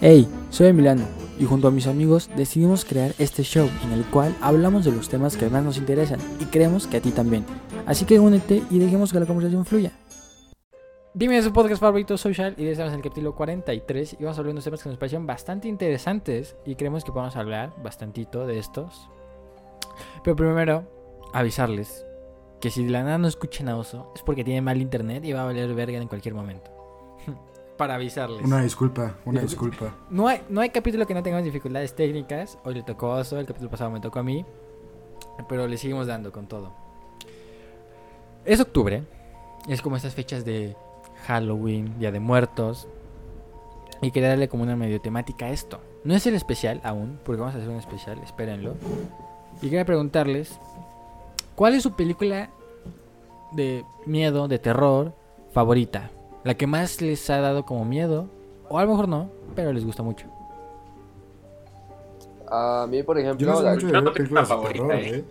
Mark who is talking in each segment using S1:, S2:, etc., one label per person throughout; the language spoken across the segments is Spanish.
S1: Hey, soy Emiliano y junto a mis amigos decidimos crear este show en el cual hablamos de los temas que más nos interesan y creemos que a ti también. Así que únete y dejemos que la conversación fluya. Bienvenidos a su podcast favorito social y hoy estamos en el capítulo 43 y vamos a hablar de unos temas que nos parecieron bastante interesantes y creemos que podemos hablar bastantito de estos. Pero primero, avisarles que si de la nada no escuchan a Oso es porque tiene mal internet y va a valer verga en cualquier momento. Para avisarles.
S2: Una disculpa, una disculpa.
S1: No hay, no hay capítulo que no tengamos dificultades técnicas. Hoy le tocó a Oso, el capítulo pasado me tocó a mí. Pero le seguimos dando con todo. Es octubre. Es como estas fechas de Halloween, Día de Muertos. Y quería darle como una medio temática a esto. No es el especial aún, porque vamos a hacer un especial, espérenlo. Y quería preguntarles, ¿cuál es su película de miedo, de terror, favorita? La que más les ha dado como miedo, o a lo mejor no, pero les gusta mucho.
S3: A mí, por
S2: Yo no
S3: ejemplo,
S2: sé
S3: la-
S2: mucho de
S4: no
S2: ver
S4: tengo
S2: películas de
S4: una favorita,
S2: terror,
S4: eh.
S2: eh.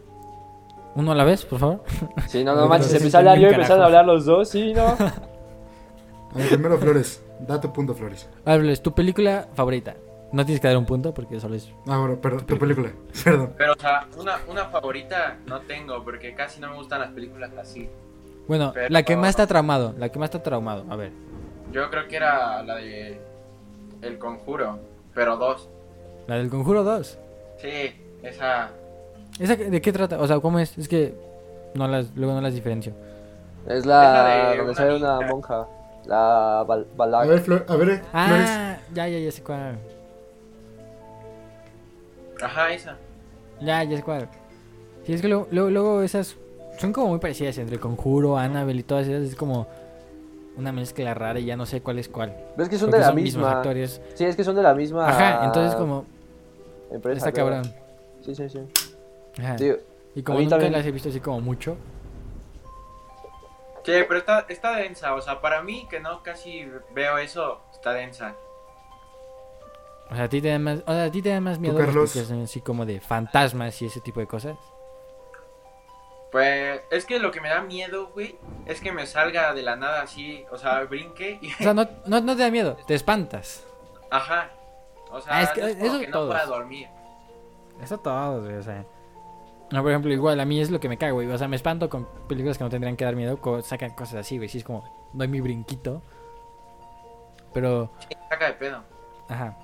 S1: Uno a la vez, por favor.
S3: sí, no,
S2: Yo
S3: no manches,
S2: creo que
S3: empecé a
S1: sí,
S3: hablar yo y
S1: también,
S3: empezaron a
S1: carajo.
S3: hablar los dos, sí, no.
S2: A ver, primero Flores, dato punto Flores.
S1: Álvarez, tu película favorita. No tienes que dar un punto porque solo es.
S2: Ah, bueno, perdón, tu película, perdón.
S4: Pero, o sea, una, una favorita no tengo, porque casi no me gustan las películas así.
S1: Bueno,
S4: Pero-
S1: la que más está traumado. La que más está traumado. A ver.
S4: Yo creo que era la de El Conjuro, pero dos.
S1: La del Conjuro 2.
S4: Sí, esa...
S1: ¿Esa que- de qué trata? O sea, ¿cómo es? Es que no las, luego no las diferencio.
S3: Es
S4: Es la
S3: la
S4: de
S3: donde
S4: una
S3: sale una
S4: niña.
S3: monja. La bal
S2: A
S3: Balak.
S2: ver, Flor, a ver, eh, Flores.
S1: Ah, ya, ya, ya sé cuál.
S4: Ajá, esa.
S1: Ya, ya sé cuál. Sí, es que luego, luego, luego esas son como muy parecidas entre el Conjuro, Annabelle y todas esas. Es como una mezcla rara y ya no sé cuál es cuál.
S3: ¿Ves que son
S1: Porque
S3: de la
S1: mismos
S3: misma?
S1: actores.
S3: Sí, es que son de la misma.
S1: Ajá, entonces como
S3: empresa,
S1: está
S3: creo.
S1: cabrón. Ah.
S3: Sí, sí, sí.
S1: Ajá.
S3: Tío,
S1: Y como
S3: mí
S1: nunca
S3: también.
S1: las he visto así como mucho.
S4: Sí, pero está, está densa, o sea, para mí que no casi veo eso, está densa.
S1: O sea, a ti te da más, o sea, a ti te da más miedo las
S2: Carlos?
S1: películas así como de fantasmas y ese tipo de cosas.
S4: Pues es que lo que me da miedo, güey, es que me salga de la nada así, o sea, brinque y...
S1: O sea, no, no, no te da miedo, te espantas.
S4: Ajá. O sea,
S1: Ah, es que-
S4: no como
S1: eso
S4: que no
S1: todos.
S4: pueda dormir.
S1: Eso todo, güey, o sea. No, por ejemplo, igual a mí es lo que me cago, güey. O sea, me espanto con películas que no tendrían que dar miedo, co- sacan cosas así, güey. Sí, es como, doy mi brinquito. Pero,
S4: Saca de pedo.
S1: ajá.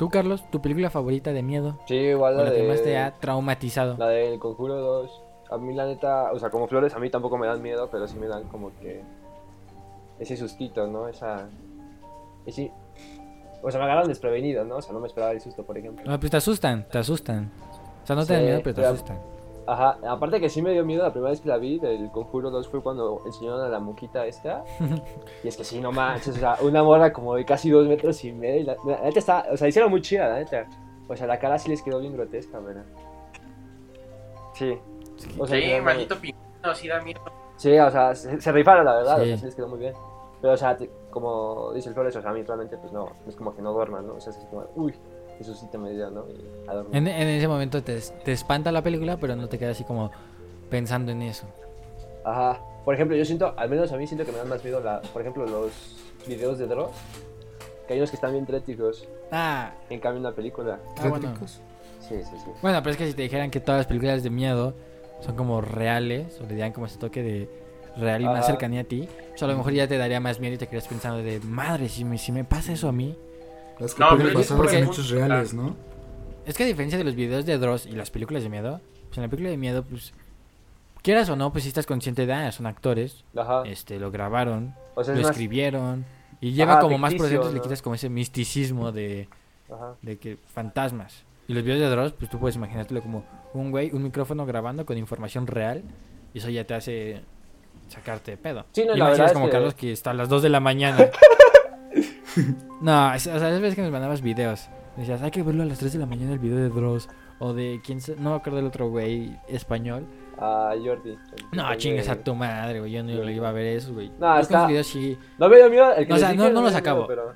S1: Tú, Carlos, tu película favorita de miedo,
S3: sí, igual
S1: o
S3: la
S1: la que más te
S3: de.
S1: ha traumatizado.
S3: La del Conjuro 2. A mí, la neta. O sea, como flores, a mí tampoco me dan miedo, pero sí me dan como que. Ese sustito, ¿no? Esa. Ese. O sea, me agarran desprevenido, ¿no? O sea, no me esperaba el susto, por ejemplo.
S1: No, pues te asustan, te asustan. O sea, no te
S3: Sí,
S1: dan miedo, pero te
S3: pero-
S1: asustan.
S3: Ajá, aparte que sí me dio miedo la primera vez que la vi del Conjuro 2 fue cuando enseñaron a la monjita esta. Y es que sí, no manches, o sea, una morra como de casi dos metros y medio. Y la, la neta está, o sea, hicieron muy chida, la neta. O sea, la cara sí les quedó bien grotesca, ¿verdad? Sí. O sea,
S4: Sí,
S3: quedaron-
S4: maldito pingüino, sí da miedo.
S3: Sí, o sea, se, se rifaron, la verdad,
S1: Sí.
S3: o sea, sí les quedó muy bien. Pero, o sea, te- como dice el Flores, o sea, a mí realmente, pues no, es como que no duerman, ¿no? O sea, es así como, uy, eso sí te me dio, ¿no? Y a dormir.
S1: En, en ese momento te, te espanta la película, pero no te quedas así como pensando en eso.
S3: Ajá. Por ejemplo, yo siento, al menos a mí siento que me dan más miedo, la, por ejemplo, los videos de Dross. Que hay unos que están bien tréticos.
S1: Ah,
S3: En cambio, una película.
S1: ah, bueno.
S2: ¿Tréticos?
S3: Sí, sí, sí.
S1: Bueno, pero es que si te dijeran que todas las películas de miedo son como reales, o le dan como ese toque de real y más
S3: Ajá.
S1: cercanía a ti, o sea, a lo mejor ya te daría más miedo y te quedarías pensando de, madre, si me, si me pasa eso a mí.
S2: Las que
S4: No,
S2: pueden
S4: pero
S1: es
S2: pasar
S1: porque-
S2: son hechos reales, ¿no?
S1: Es que a diferencia de los videos de Dross y las películas de miedo, pues en la película de miedo, pues, quieras o no, pues si estás consciente de, ah, son actores,
S3: Ajá.
S1: este, lo grabaron,
S3: O sea,
S1: lo
S3: es más.
S1: escribieron, y lleva
S3: Ajá,
S1: como más
S3: ficticio,
S1: procesos, le
S3: ¿no?
S1: quitas como ese misticismo de...
S3: Ajá.
S1: de que fantasmas. Y los videos de Dross, pues tú puedes imaginártelo como un güey, un micrófono grabando con información real. Y eso ya te hace sacarte de pedo.
S3: Sí, no,
S1: y
S3: la
S1: más si
S3: verdad
S1: eres
S3: es
S1: como
S3: que-
S1: Carlos que está a las 2 de la mañana. no, es- o sea, las veces que nos mandabas videos, decías, hay que verlo a las 3 de la mañana el video de Dross. O de quién sa- no me acuerdo del otro güey español.
S3: A Jordi.
S1: No,
S3: El-
S1: chingas
S3: el-
S1: a tu madre, güey. Yo no
S3: Yo-
S1: lo iba a ver eso, güey. Yo
S3: No,
S1: con
S3: está-
S1: esos videos sí.
S3: No me dio miedo. El que
S1: O
S3: les
S1: sea,
S3: dije
S1: no- no
S3: me
S1: los
S3: dio
S1: acabo.
S3: pero...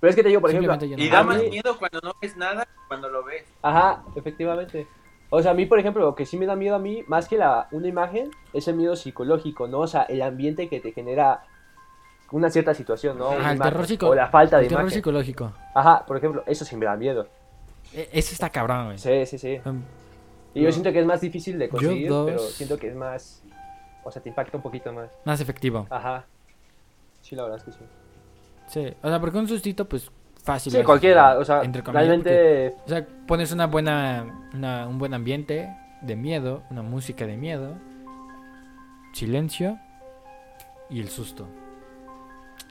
S3: pero es que te digo, por ejemplo.
S1: Simplemente yo no.
S4: Y
S1: Ah,
S4: da más
S1: güey.
S4: miedo cuando no ves nada que cuando lo ves.
S3: Ajá, efectivamente. O sea, a mí, por ejemplo, lo que sí me da miedo a mí, más que la, una imagen, es el miedo psicológico, ¿no? O sea, el ambiente que te genera, como una cierta situación, ¿no?
S4: Ajá,
S3: Una
S4: el
S3: imagen,
S1: terror psico-
S3: o la falta de
S1: El terror
S3: imagen.
S1: psicológico.
S3: Ajá, por ejemplo, eso sí me da miedo.
S1: E- Eso está cabrón, güey.
S3: Sí, sí, sí.
S1: Um,
S3: Y yo siento que es más difícil de conseguir,
S1: dos-
S3: pero siento que es más. O sea, te impacta un poquito más.
S1: Más efectivo.
S3: Ajá. Sí, la verdad es que sí.
S1: Sí. O sea, porque un sustito, pues, fácil.
S3: Sí,
S1: es, eh,
S3: cualquiera, o sea,
S1: entre comillas,
S3: realmente.
S1: porque- o sea, pones una buena, una- un buen ambiente de miedo, una música de miedo, silencio y el susto.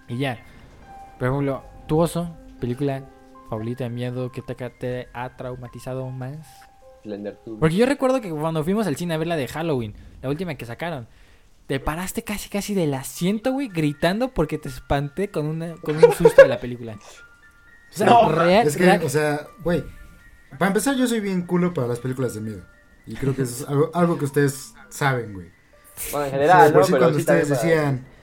S1: Y ya. Por ejemplo, Tu Oso, película favorita de miedo que te, te ha traumatizado más.
S3: Blender tú.
S1: Porque yo recuerdo que cuando fuimos al cine a ver la de Halloween, la última que sacaron, te paraste casi casi del asiento, güey, gritando porque te espanté con, una, con un susto de la película. O sea,
S4: No,
S1: real,
S2: Es que,
S1: real-
S2: o sea, güey. Para empezar, yo soy bien culo para las películas de miedo. Y creo que eso es algo, algo que ustedes saben, güey.
S3: Bueno, en
S2: O sea,
S3: general,
S2: de por
S3: ¿no?
S2: sí
S3: Pero
S2: cuando
S3: sí
S2: ustedes
S3: también para-
S2: decían.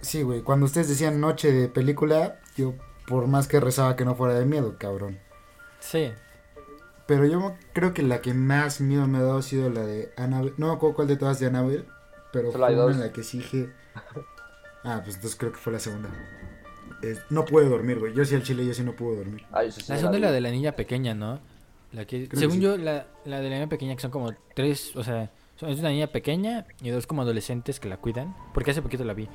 S2: Sí, güey. Cuando ustedes decían noche de película, yo por más que rezaba que no fuera de miedo, cabrón.
S1: Sí.
S2: Pero yo creo que la que más miedo me ha dado ha sido la de Annabelle. No me acuerdo cuál de todas de Annabelle. Pero
S3: Solo
S2: fue
S3: hay
S2: una
S3: dos.
S2: en la que sí dije. Ah, pues entonces creo que fue la segunda. Eh, no pude dormir, güey. Yo sí al chile, yo sí no pude dormir.
S3: Ay, eso sí
S1: La
S3: me
S1: segunda es la
S3: vi.
S1: de la niña pequeña, ¿no? La que,
S2: que
S1: según
S2: sí.
S1: yo, la, la de la niña pequeña, que son como tres, o sea, son- es una niña pequeña y dos como adolescentes que la cuidan, porque hace poquito la vi.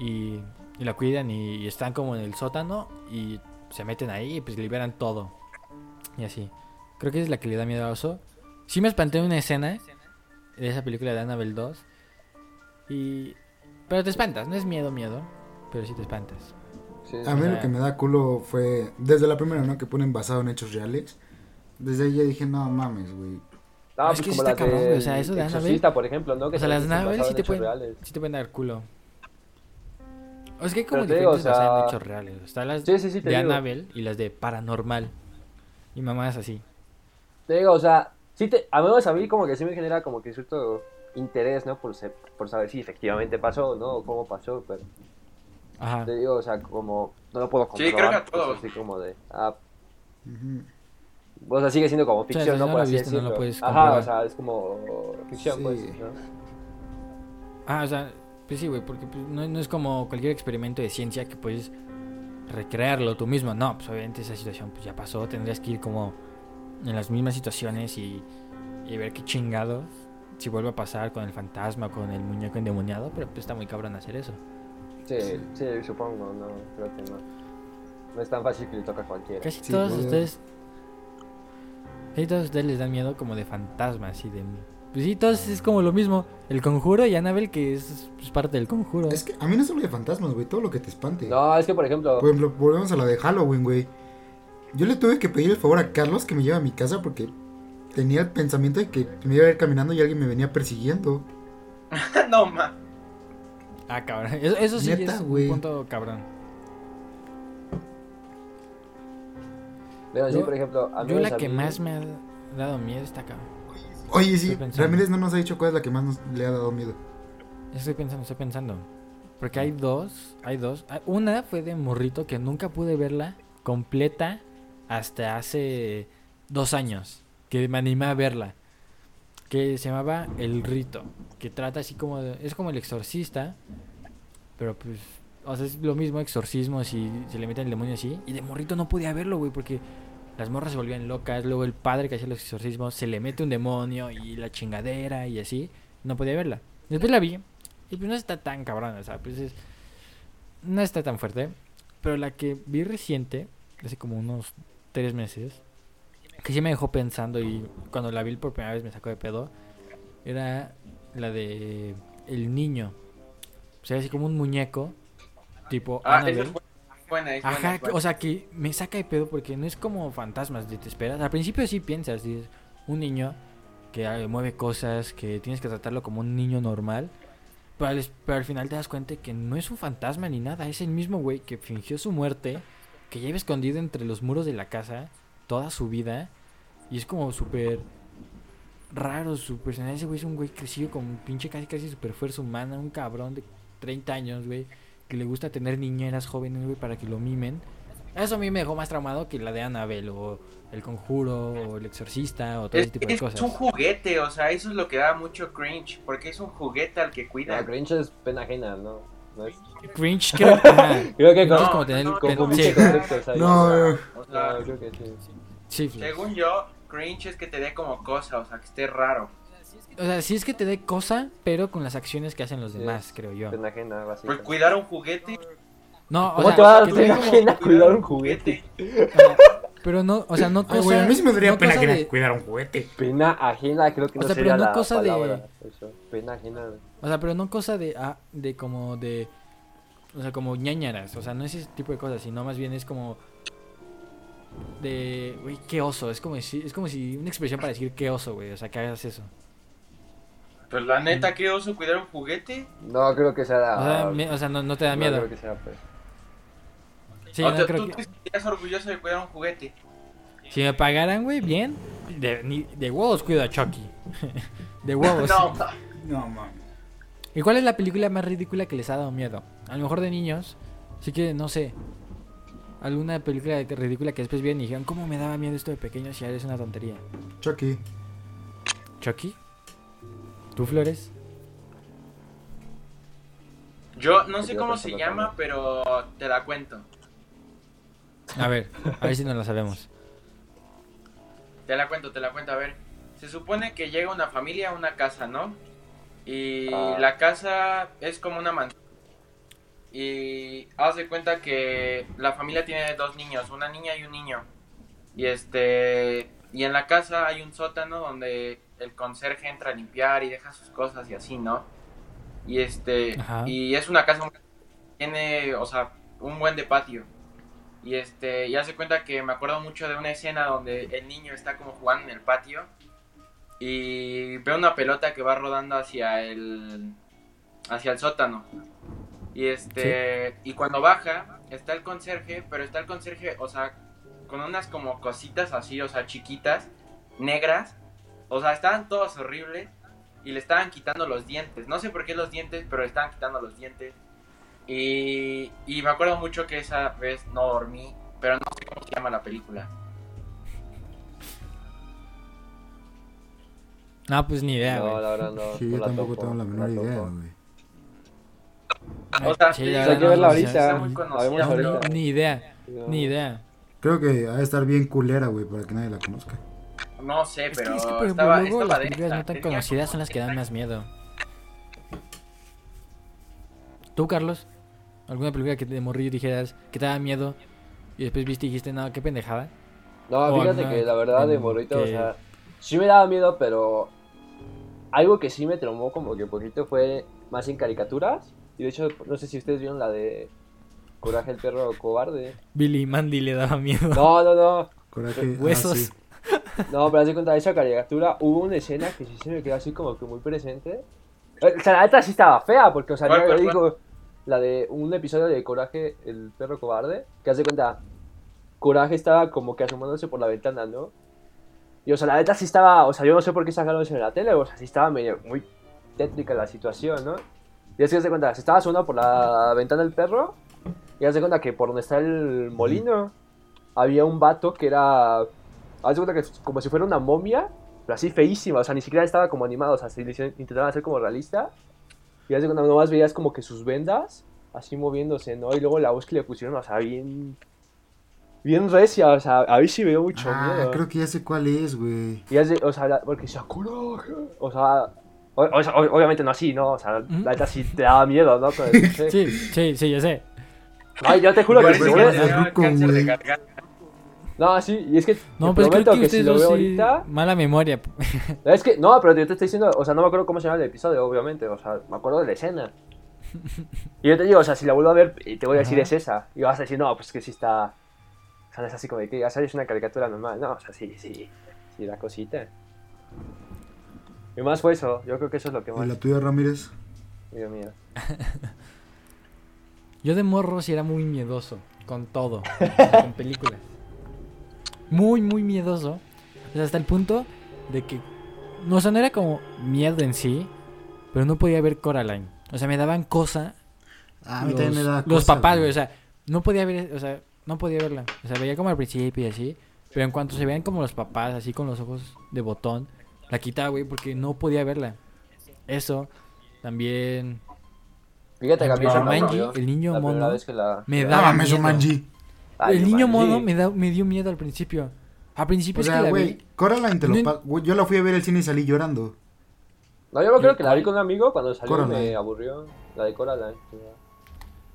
S1: Y, y la cuidan y, y están como en el sótano y se meten ahí y pues liberan todo. Y así. Creo que es la que le da miedo a Oso. Sí me espanté en una escena de esa película de Annabelle 2. Y... Pero te espantas, no es miedo, miedo, pero sí te espantas.
S3: Sí, sí.
S2: A mí
S1: O
S2: lo
S1: sea-
S2: que me da culo fue, desde la primera, ¿no? Que ponen basado en hechos reales. Desde ahí ya dije, no mames, güey.
S3: No,
S1: Es
S3: pues
S1: que sí
S3: como
S1: está
S3: las
S1: cabrón,
S3: de
S1: güey, o sea, eso de
S3: Exorcista, por ejemplo, ¿no? Que
S1: O sea, las
S3: también se basaron
S1: naves sí
S3: en
S1: te
S3: hechos
S1: pueden,
S3: reales.
S1: sí te pueden dar culo. O es que hay como
S3: Pero te digo,
S1: diferentes
S3: o sea-
S1: basadas en hechos reales. Está las
S3: Sí, sí, sí, te
S1: de
S3: digo.
S1: Annabelle y las de Paranormal. Y mamás así.
S3: Te digo, o sea, sí te, a menos a mí como que sí me genera como que cierto interés, ¿no? Por, se- por saber si efectivamente pasó, ¿no? O cómo pasó, pero
S1: Ajá.
S3: te digo, o sea, como no lo puedo comprobar.
S4: Sí, creo que a
S3: pues,
S4: todos.
S3: así como de, ah,
S2: Ujú.
S3: o sea, sigue siendo como
S1: sea,
S3: ficción,
S1: si
S3: ¿no?
S1: no
S3: Por
S1: lo
S3: así
S1: viste, no lo
S3: decirlo.
S1: puedes
S3: Ajá, o
S1: comprobar.
S3: sea, es como ficción,
S2: Sí.
S3: pues, ¿no?
S1: Ah, o sea, pues sí, güey, porque pues, no, no es como cualquier experimento de ciencia que puedes recrearlo tú mismo. No, pues obviamente esa situación pues ya pasó. Tendrías que ir como en las mismas situaciones y, y ver qué chingados si vuelve a pasar con el fantasma o con el muñeco endemoniado. Pero pues está muy cabrón hacer eso.
S3: Sí, sí, supongo, no, creo que no. No es tan fácil que le toca a cualquiera.
S1: Casi
S2: Sí,
S1: todos
S2: güey.
S1: ustedes. Casi todos ustedes les dan miedo como de fantasmas y de. Pues sí, todos es como lo mismo. El conjuro y Annabel, que es pues, parte del conjuro.
S2: Es que a mí no solo de fantasmas, güey. Todo lo que te espante.
S3: No, es que, por ejemplo,
S1: Pues,
S2: Por ejemplo, volvemos a la de Halloween, güey. Yo le tuve que pedir el favor a Carlos que me lleve a mi casa porque tenía el pensamiento de que me iba a ir caminando y alguien me venía persiguiendo.
S4: no, ma.
S1: Ah, cabrón. Eso, eso sí
S2: Neta,
S1: es un
S2: güey.
S1: punto cabrón.
S3: pero sí,
S1: yo-
S3: por ejemplo, a mí
S1: Yo
S3: o
S1: la
S3: sea,
S1: que
S3: a mí-
S1: más me ha dado miedo está cabrón.
S2: Oye,
S1: Estoy
S2: sí,
S1: pensando.
S2: Ramírez no nos ha dicho cuál es la que más nos le ha dado miedo.
S1: Estoy pensando, estoy pensando. Porque hay dos, hay dos. Ah, Una fue de morrito que nunca pude verla completa hasta hace dos años. Que me animé a verla. Que se llamaba El Rito. Que trata así como... de- es como el exorcista. Pero pues... O sea, es lo mismo exorcismo si se le meten el demonio así. Y de morrito no podía verlo, güey, porque las morras se volvían locas. Luego el padre que hacía los exorcismos se le mete un demonio y la chingadera y así. No podía verla. Después la vi. Y pues no está tan cabrón, o sea, pues es- no está tan fuerte. Pero la que vi reciente, hace como unos tres meses, que sí me dejó pensando y cuando la vi por primera vez me sacó de pedo, era la de El Niño. O sea, así como un muñeco, tipo
S4: Ah, esa
S1: Annabelle.
S4: es buena, es buena.
S1: Ajá,
S4: es buena.
S1: o sea que me saca de pedo porque no es como fantasmas que te esperas. Al principio sí piensas, dices, un niño que ah, mueve cosas, que tienes que tratarlo como un niño normal. Pero al, pero al final te das cuenta que no es un fantasma ni nada, es el mismo güey que fingió su muerte, que lleva escondido entre los muros de la casa toda su vida. Y es como súper raro su personaje. Ese güey es un güey crecido con pinche casi casi super fuerza humana, un cabrón de 30 años, güey que le gusta tener niñeras jóvenes, güey, para que lo mimen. Eso a mí me dejó más traumado que la de Annabelle o El Conjuro o El Exorcista o todo
S4: es,
S1: ese tipo de
S4: es
S1: cosas.
S4: un juguete, o sea, eso es lo que da mucho cringe, porque es un juguete al que
S3: La
S4: cuidan.
S3: Grinch es Ah, pena ajena, ¿no? no es.
S1: Cringe, creo. ajá.
S3: Creo que
S1: No,
S3: con-
S1: es como tener
S4: no,
S1: pen-
S3: confundiste
S1: sí. Ah,
S3: conceptos ahí.
S2: No, no, no.
S4: O sea,
S3: No, creo que sí.
S1: Sí, pues.
S4: según yo, cringe es que te dé como cosa, o sea, que esté raro.
S1: O sea, sí es que te dé cosa, pero con las acciones que hacen los
S3: Sí.
S1: demás, creo yo.
S3: Pena ajena,
S4: Por
S3: básicamente.
S4: Pues cuidar un juguete.
S1: No, Pues o
S3: ¿Cómo
S1: sea,
S3: te va a dar
S1: que te dé
S3: pena
S1: como-
S3: ajena cuidar un juguete?
S1: ajá, Pero no, o sea, no cosa.
S2: Ay, güey, a mí sí me daría
S1: no
S2: pena
S1: cosa
S2: que
S1: de-
S2: cuidar un juguete.
S3: Pena ajena, creo que
S1: O
S3: no
S1: sea, pero
S3: sería
S1: no
S3: la
S1: cosa de-
S3: palabra. eso. Pena ajena.
S1: O sea, pero no cosa de, ah, de como de, o sea, como ñañaras, o sea, no es ese tipo de cosas, sino más bien es como de, güey, qué oso, es como si, es como si una expresión para decir qué oso, güey, o sea, que hagas eso.
S4: Pues la neta, ¿qué oso cuidar un juguete?
S3: No creo que sea
S1: O sea,
S4: Ah,
S3: la...
S1: me- o sea, no, no te da
S3: no
S1: miedo.
S3: creo que sea, pues.
S1: Sí,
S4: o
S1: no
S4: sea,
S1: creo
S4: tú
S1: que-
S4: te sentirías orgulloso de cuidar un juguete.
S1: si me pagaran, güey, bien, de, ni- de huevos cuido a Chucky, de huevos.
S4: No,
S2: No, mames.
S1: ¿Y cuál es la película más ridícula que les ha dado miedo? A lo mejor de niños, sí que, no sé, alguna película de- ridícula que después vieron y dijeron, ¿cómo me daba miedo esto de pequeño si ahora es una tontería?
S2: Chucky.
S1: Chucky. ¿Tú, Flores?
S4: yo no sé
S3: Yo
S4: cómo se
S3: tampoco
S4: llama, pero te la cuento.
S1: A ver, a ver si nos la sabemos.
S4: Te la cuento, te la cuento. A ver, se supone que llega una familia a una casa, ¿no? Y
S3: Ah.
S4: la casa es como una mansión. Y haz de cuenta que la familia tiene dos niños, una niña y un niño. Y este y en la casa hay un sótano donde el conserje entra a limpiar y deja sus cosas y así, ¿no? Y este
S1: Ajá.
S4: y es una casa muy- tiene, o sea, un buen de patio. Y este, ya se cuenta que me acuerdo mucho de una escena donde el niño está como jugando en el patio y ve una pelota que va rodando hacia el hacia el sótano. Y este, y cuando baja está el conserje, pero está el conserje, o sea, con unas como cositas así, o sea, chiquitas, negras. O sea, estaban todos horribles y le estaban quitando los dientes. No sé por qué los dientes, pero le estaban quitando los dientes. Y, y me acuerdo mucho que esa vez no dormí, pero no sé cómo se llama la película.
S1: No, pues ni idea, güey.
S3: No, la verdad no.
S2: Sí,
S3: no
S2: yo
S3: la
S2: tampoco
S3: topo,
S2: tengo la
S3: no
S2: menor idea,
S3: topo.
S2: güey.
S1: Ay,
S4: o sea,
S1: Ah, sí, la
S3: O
S1: verdad
S3: sea, hay que
S1: no,
S3: verla
S1: no sé.
S3: ahorita.
S4: muy
S3: La vemos
S1: No,
S4: conocida,
S1: no,
S3: ahorita.
S1: ni idea,
S3: No.
S1: ni idea.
S2: Creo que ha de estar bien culera, güey, para que nadie la conozca.
S4: No sé,
S1: Es que,
S4: pero
S1: es que, por ejemplo,
S4: estaba,
S1: luego
S4: estaba
S1: las
S4: de
S1: películas
S4: esta,
S1: no tan
S4: tenía
S1: conocidas
S4: como
S1: son las que dan
S4: 70
S1: más miedo. ¿Tú, Carlos? ¿Alguna película que de morir dijeras que te daba miedo y después viste y dijiste, no, qué pendejada?
S3: No,
S1: O
S3: fíjate
S1: alguna
S3: que la verdad de
S1: en
S3: morrito, o
S1: Oh, que-
S3: sea, sí me daba miedo, pero algo que sí me traumó como que poquito fue más en caricaturas. Y de hecho, no sé si ustedes vieron la de Coraje el perro cobarde.
S1: Billy y Mandy le daba miedo.
S3: No, no, no.
S2: Coraje. ah,
S1: Huesos.
S2: sí.
S3: No, pero haz de cuenta de esa caricatura, hubo una escena que sí se me quedó así como que muy presente. Eh, O sea, la neta sí estaba fea, porque, o sea,
S4: ¿Cuál,
S3: yo
S4: cuál,
S3: digo, la de un episodio de Coraje, el perro cobarde, que hace cuenta, Coraje estaba como que asomándose por la ventana, ¿no? Y, o sea, la neta sí estaba, o sea, yo no sé por qué sacaron eso en la tele, o sea, sí estaba medio, muy tétrica la situación, ¿no? Y así que haz de cuenta, se estaba asomando por la ventana del perro, y haz de cuenta que por donde está el molino, había un vato que era Haz de cuenta que es como si fuera una momia, pero así feísima, o sea, ni siquiera estaba como animado, o sea, se le hicieron- intentaban hacer como realista. Y haz de cuenta, nomás veías como que sus vendas, así moviéndose, ¿no? Y luego la voz que le pusieron, o sea, bien. Bien recia, o sea, a mí sí me dio mucho
S2: Ah,
S3: miedo.
S2: creo que ya sé cuál es, güey.
S3: Y haz de- o sea, la- porque decía, "Coraje", O sea. o- o sea, o- obviamente no así, ¿no? O sea,
S1: Ujú.
S3: la neta sí te daba miedo, ¿no? Pero, sí.
S1: Sí, sí, sí, yo sé.
S3: Ay, yo te juro que
S4: Por
S3: si
S4: eso
S2: Pero
S3: lo
S4: que
S2: bueno,
S3: veo-
S4: le
S2: es
S4: daba
S2: ruco,
S4: cáncer de
S2: güey.
S4: garganta.
S3: No, sí, y es que.
S1: No, pero
S3: te
S1: creo
S3: prometo
S1: que
S3: si
S1: ustedes
S3: lo
S1: dos
S3: veo
S1: sí...
S3: ahorita.
S1: Mala memoria.
S3: Es que, no, pero yo te estoy diciendo, o sea, no me acuerdo cómo se llama el episodio, obviamente, o sea, me acuerdo de la escena. Y yo te digo, o sea, si la vuelvo a ver, eh, te voy a decir
S1: Ajá.
S3: es esa. Y vas a decir, no, pues que sí está. O sea, no es así como de que, o sea, es una caricatura normal, no, o sea, sí, sí, sí, la cosita. Y más fue eso, yo creo que eso es lo que
S2: ¿Y
S3: más.
S2: la tuya, Ramírez?
S3: Dios mío.
S1: Yo de morro sí era muy miedoso con todo, o sea, con películas. Muy, muy miedoso. O sea, hasta el punto de que, no, o sea, no era como miedo en sí, pero no podía ver Coraline. O sea, me daban cosa
S2: Ah, a mí
S1: los,
S2: también me da
S1: los
S2: cosa,
S1: papás, güey. O sea, no podía ver, o sea, no podía verla. O sea, veía como al principio y así, pero en cuanto se vean como los papás, así con los ojos de botón, la quitaba, güey, porque no podía verla. Eso, también...
S3: Fíjate que a mí
S5: No,
S3: esa me
S5: Manji,
S3: aburrió
S5: el niño
S3: la primera
S5: mono.
S3: vez que la-
S5: Me
S3: que
S2: No
S5: da
S3: la-
S2: mames,
S5: miedo.
S2: Jumanji.
S3: Ay,
S5: el niño
S3: Jumanji.
S5: mono me, da, me dio miedo al principio. Al principio
S2: O
S5: Pues es
S2: sea,
S5: que la
S2: güey,
S5: vi.
S2: Coraline te lo
S5: No-
S2: pa- güey, Yo la fui a ver al cine y salí llorando.
S3: No, yo me acuerdo que la vi con un amigo cuando salió
S2: Coraline.
S3: me aburrió. La de Coraline.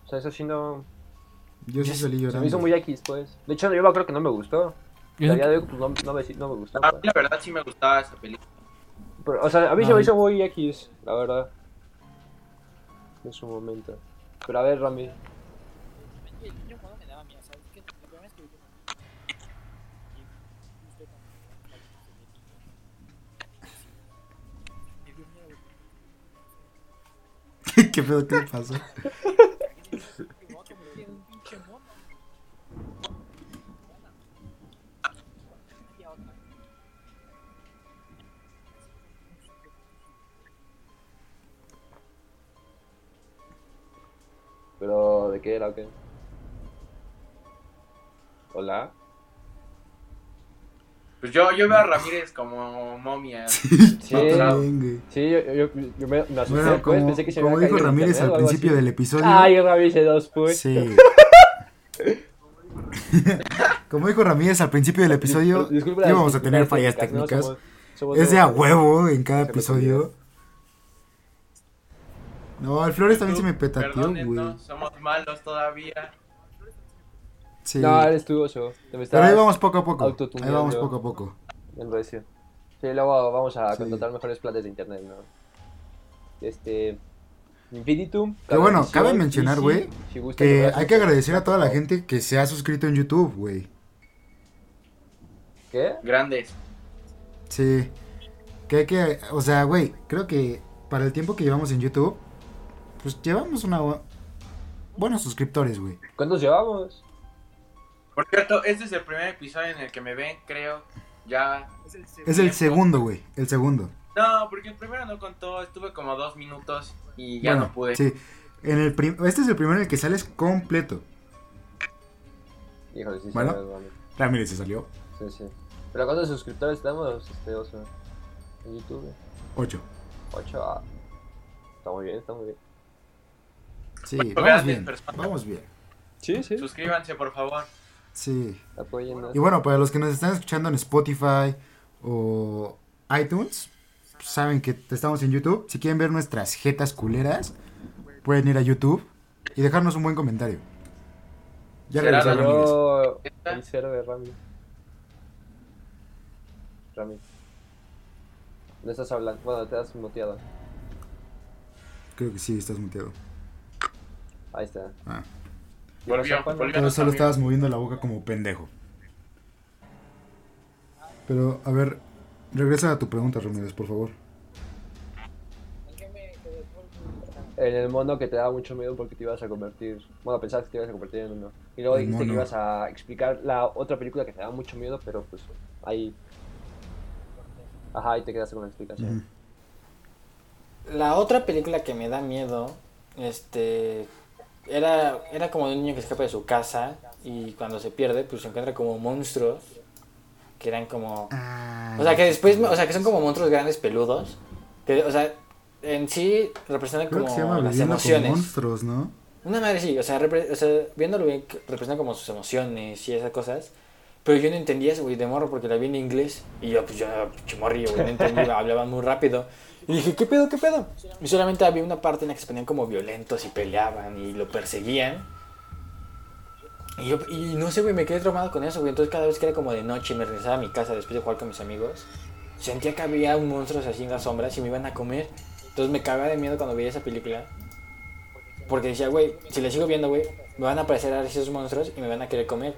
S3: O sea, eso sí no.
S2: Yo sí salí
S5: Ya,
S3: Se me hizo
S2: llorando.
S3: muy X, pues. De hecho, yo me acuerdo que no me gustó.
S5: Yo
S3: La
S5: nunca-
S3: día de hoy, pues, no, no me, no me gustó.
S4: A mí
S3: pues.
S4: la verdad sí me gustaba esa película.
S3: Pero, o sea, a mí se
S5: No,
S3: me
S5: yo-
S3: hizo muy X, la verdad. En su momento. Pero a ver, Rami.
S6: El niño mono me daba miedo, o sea, es que la primera vez que vi Jumanji, y justo cuando me daban la luz de niño, me dio miedo, güey.
S2: ¿Qué pedo? ¿Qué le pasó?
S6: Digo, "Ah, como tiene un pinche mono". Mona. Y a otra.
S3: Pero, ¿de qué era o qué? Hola.
S4: Pues yo, yo veo a Ramírez como momia.
S3: Sí,
S2: Yo también, güey.
S3: sí yo, yo, yo me, me asusté,
S2: Bueno,
S3: pues.
S2: como,
S3: Pensé que se
S2: como
S3: había
S2: dijo
S3: caído el
S2: Ramírez
S3: internet
S2: al
S3: o algo así.
S2: principio del episodio.
S3: Ay, Rami se dos, pues.
S2: Sí. Como dijo Ramírez al principio del episodio,
S3: Dis- disculpa las
S2: íbamos a tener
S3: dificultades
S2: fallas técnicas.
S3: ¿no? Somos- somos
S2: es de a
S3: nuevos.
S2: huevo en cada
S3: Se me
S2: episodio. No, al Flores también se me petateó, güey.
S4: Perdónennos, ¿eh? somos malos todavía.
S2: Sí.
S3: No, eres tú, Oso. Te me
S2: Pero
S3: estás
S2: ahí vamos poco a poco. Ahí
S3: autotuneando.
S2: vamos poco a poco.
S3: en recio. Sí, luego vamos a
S2: Sí.
S3: contratar mejores planes de internet, ¿no? Este... Infinitum.
S2: Pero bueno,
S3: edición,
S2: cabe mencionar,
S3: y sí,
S2: güey,
S3: si gustan,
S2: Que
S3: nos
S2: hay que
S3: hacen-
S2: agradecer a toda la gente que se ha suscrito en YouTube, güey.
S3: ¿Qué?
S4: Grandes.
S2: Sí. Que hay que. O sea, güey, creo que para el tiempo que llevamos en YouTube, pues llevamos una. bu- Buenos suscriptores, güey.
S3: ¿Cuántos llevamos?
S4: Por cierto, este es el primer episodio en el que me ven, creo. Ya.
S6: Es el segundo.
S2: Es el segundo, güey. El segundo.
S4: No, porque el primero no contó. Estuve como dos minutos y ya
S2: Bueno,
S4: no pude.
S2: Sí. En el prim- este es el primero en el que sales completo.
S3: Híjole, sí, sí,
S2: Bueno.
S3: no, vale.
S2: Ramírez Ah, se salió.
S3: Sí, sí. ¿Pero cuántos suscriptores tenemos, este, Oso? En YouTube.
S2: 8.
S3: Ocho. ah. Está muy bien, está muy bien.
S2: Sí,
S4: Ocho
S2: vamos
S4: grandes
S2: bien.
S4: personas.
S2: Vamos bien.
S3: Sí, sí.
S4: Suscríbanse, por favor.
S2: Sí.
S3: Apóyennos.
S2: Y bueno, para los que nos están escuchando en Spotify o iTunes, pues saben que estamos en YouTube. Si quieren ver nuestras jetas culeras, pueden ir a YouTube y dejarnos un buen comentario. Ya
S4: Será
S2: regresó
S4: la
S2: Ramírez.
S3: Yo...
S4: ¿Esta?
S3: El server, Rami. Rami. No estás hablando. Bueno, te has muteado.
S2: Creo que sí, estás muteado.
S3: Ahí está.
S2: Ah.
S3: Yo no sé
S4: Volvió,
S3: cuándo.
S4: volvió.
S2: Pero
S4: no
S2: solo
S4: sabía.
S2: estabas moviendo la boca como pendejo. Pero, a ver, regresa a tu pregunta, Ramírez, por favor.
S6: ¿En qué me quedé?
S3: En el mono que te daba mucho miedo porque te ibas a convertir. Bueno, pensabas que te ibas a convertir en uno. Y luego
S2: El
S3: dijiste que
S2: mono.
S3: ibas a explicar la otra película que te daba mucho miedo, pero pues ahí. Ajá, ahí te quedaste con la explicación.
S2: Ujú.
S5: La otra película que me da miedo, este, era, era como de un niño que escapa de su casa y cuando se pierde, pues se encuentra como monstruos que eran como, o sea que después, o sea que son como monstruos grandes peludos, que, o sea, en sí representan
S2: Creo
S5: como
S2: que se llama
S5: las
S2: Viviendo con
S5: emociones.
S2: Monstruos, ¿no?
S5: Una madre sí, o sea, repre- o sea, viéndolo bien, que representa como sus emociones y esas cosas. Pero yo no entendía eso, güey, de morro, porque la vi en inglés. Y yo, pues yo, chimorrillo, güey, no entendía, hablaban muy rápido. Y dije, ¿qué pedo, qué pedo? Y solamente había una parte en la que se ponían como violentos y peleaban y lo perseguían. Y yo, y no sé, güey, me quedé traumado con eso, güey. Entonces cada vez que era como de noche y me regresaba a mi casa después de jugar con mis amigos, sentía que había un monstruo así en las sombras y me iban a comer. Entonces me cagaba de miedo cuando veía esa película. Porque decía, güey, si le sigo viendo, güey, me van a aparecer ahora esos monstruos y me van a querer comer.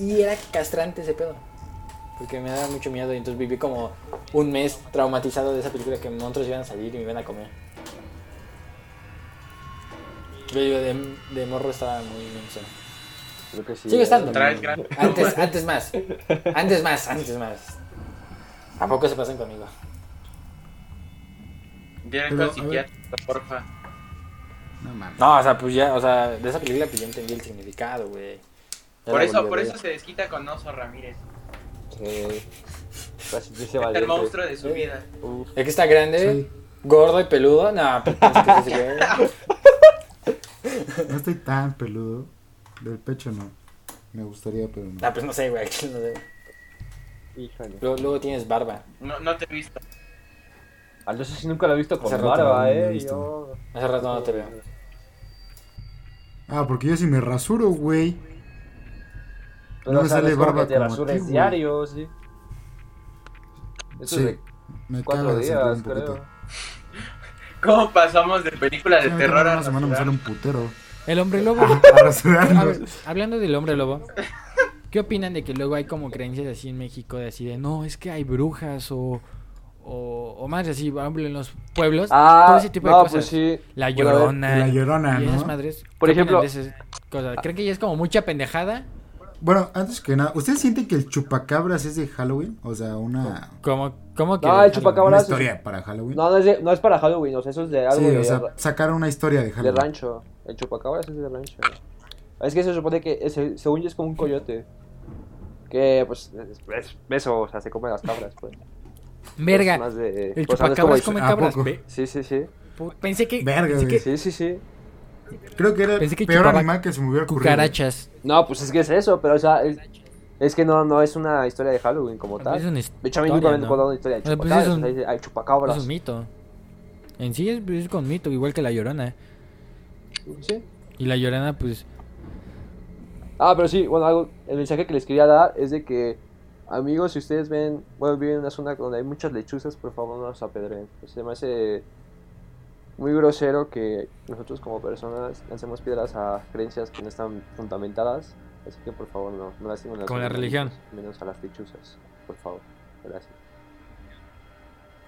S5: Y era castrante ese pedo. Porque me daba mucho miedo y entonces viví como un mes traumatizado de esa película que monstruos iban a salir y me iban a comer. Yo digo, de, de morro estaba muy inmenso.
S3: Creo que sí.
S5: Sigue
S3: ¿eh?
S5: estando.
S4: Otra vez grandes.
S5: Antes, antes más. Antes más, antes más. ¿A poco se pasan conmigo?
S4: Directo
S2: Pero,
S4: al psiquiatra, porfa.
S2: No mames.
S5: No, o sea, pues ya, o sea, de esa película pues ya entendí el significado, güey. Ya
S4: Por
S5: la
S4: eso,
S5: volví a
S4: por
S5: ver.
S4: eso se desquita con Oso Ramírez.
S3: Sí. Para sentirse
S4: Es el
S3: valiente.
S4: monstruo de su vida.
S3: Uf.
S5: Es que está grande,
S2: Sí.
S5: pues, gordo y peludo. No, pues, pienso que es ese güey.
S2: No estoy tan peludo. Del pecho no. Me gustaría, pero no.
S5: Ah, pues no sé, güey. aquí no sé.
S3: Híjole.
S5: Luego, luego tienes barba.
S4: No, no te he visto.
S3: Al no sé si nunca lo he visto con
S5: Hace rato
S2: no
S3: barba,
S2: lo he
S3: eh. Yo...
S2: visto.
S5: Hace rato no te veo.
S2: Ah, porque yo sí me rasuro, güey.
S3: Pero
S2: No me
S3: sabes
S2: sale
S3: cómo
S2: barba
S3: que te
S2: como a
S3: rasures
S2: ti, güey.
S3: diario, sí. Eso
S2: Sí,
S3: es de
S2: me acaba
S3: cuatro
S2: de
S3: días,
S2: sentir un
S3: creo.
S2: poquito.
S4: ¿Cómo pasamos de
S1: Ah,
S4: películas de
S2: Sí, a mí también
S4: terror a
S2: una semana me
S4: rasurar?
S2: sale un putero.
S1: El hombre lobo.
S2: A
S1: A
S2: rasurarnos.
S1: ver, hablando del hombre lobo, ¿qué opinan de que luego hay como creencias así en México de así de no, es que hay brujas o, o, o más así, por ejemplo, en los pueblos? todo
S3: Ah,
S1: ese tipo de
S3: no,
S1: cosas.
S3: pues sí.
S1: La
S3: Bueno, a ver,
S1: llorona.
S2: La llorona,
S1: y esas
S2: ¿no?
S1: madres.
S3: Por
S1: ¿qué opinan
S3: ejemplo- ah,
S1: de esas cosas? ¿Creen que ya es como mucha pendejada?
S2: Bueno, antes que nada, ¿ustedes sienten que el chupacabras es de Halloween? O sea, una,
S1: ¿Cómo, cómo que.?
S3: No, el
S2: una
S3: chupacabra- Ahora sí.
S2: historia para Halloween.
S3: No, no es, de- no es para Halloween, o sea, eso es de algo
S2: sí,
S3: de,
S2: o sea,
S3: ra-
S2: sacar una historia de
S3: de
S2: Halloween.
S3: rancho. El chupacabras es de rancho. Es que se supone que, ese- según yo, es como un coyote. Que, pues, es, es- eso, o sea, se comen las cabras, pues. Es
S1: Verga.
S3: más
S1: El
S3: de- o sea, no es
S1: chupacabras
S2: como-
S1: come
S2: ¿A
S1: cabras.
S2: poco?
S1: Ve-
S3: Sí, sí, sí.
S1: pu- Pensé que.
S2: Verga,
S1: pensé
S2: güey.
S1: que
S3: Sí, sí, sí.
S2: Creo que era el
S1: Pensé que
S2: peor
S1: chupaba
S2: animal que se me hubiera ocurrido.
S1: cucarachas.
S3: No, pues es que es eso, pero, o sea, es, es que no, no es una historia de Halloween como tal.
S1: pues Es una
S3: De hecho, a mí nunca
S1: historia,
S3: me han
S1: ¿no?
S3: contado una historia de
S1: O sea, pues
S3: chupacabras.
S1: es
S3: o
S1: un-
S3: sea, dice, hay chupacabras.
S1: Es un mito. En sí es, es con mito, igual que la llorona.
S3: Sí.
S1: Y la llorona, pues.
S3: Ah, pero sí, bueno, algo, el mensaje que les quería dar es de que, amigos, si ustedes ven, bueno, viven en una zona donde hay muchas lechuzas, por favor no nos apedreen. Pues se me hace muy grosero que nosotros como personas lancemos piedras a creencias que no están fundamentadas, así que por favor no, no lastimen a los
S1: Como la
S3: animalitos,
S1: religión.
S3: Menos a las lechuzas, por favor, gracias.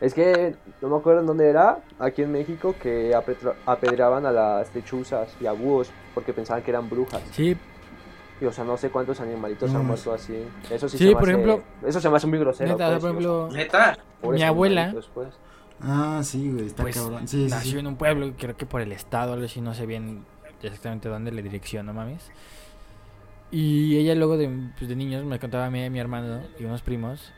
S3: Es que no me acuerdo en dónde era, aquí en México, que apetra- apedreaban a las lechuzas y a búhos porque pensaban que eran brujas.
S1: Sí,
S3: Y, o sea, no sé cuántos animalitos
S2: No,
S3: han
S2: no
S3: muerto así. Eso sí,
S1: Sí,
S3: se me
S1: por
S3: hace-
S1: ejemplo,
S3: Eso se me hace muy grosero.
S1: neta, o sea,
S3: pues,
S1: por
S3: y, o sea,
S1: ejemplo.
S4: Neta,
S3: pobres
S1: mi abuela-
S3: animalitos, pues.
S2: Ah, sí, güey, está
S1: pues
S2: cabrón. Sí, sí,
S1: nació
S2: sí.
S1: en un pueblo, creo que por el estado, algo así, no sé bien exactamente dónde la dirección, no mames. Y ella luego de, pues, de niños me contaba a mí y a mi hermano y unos primos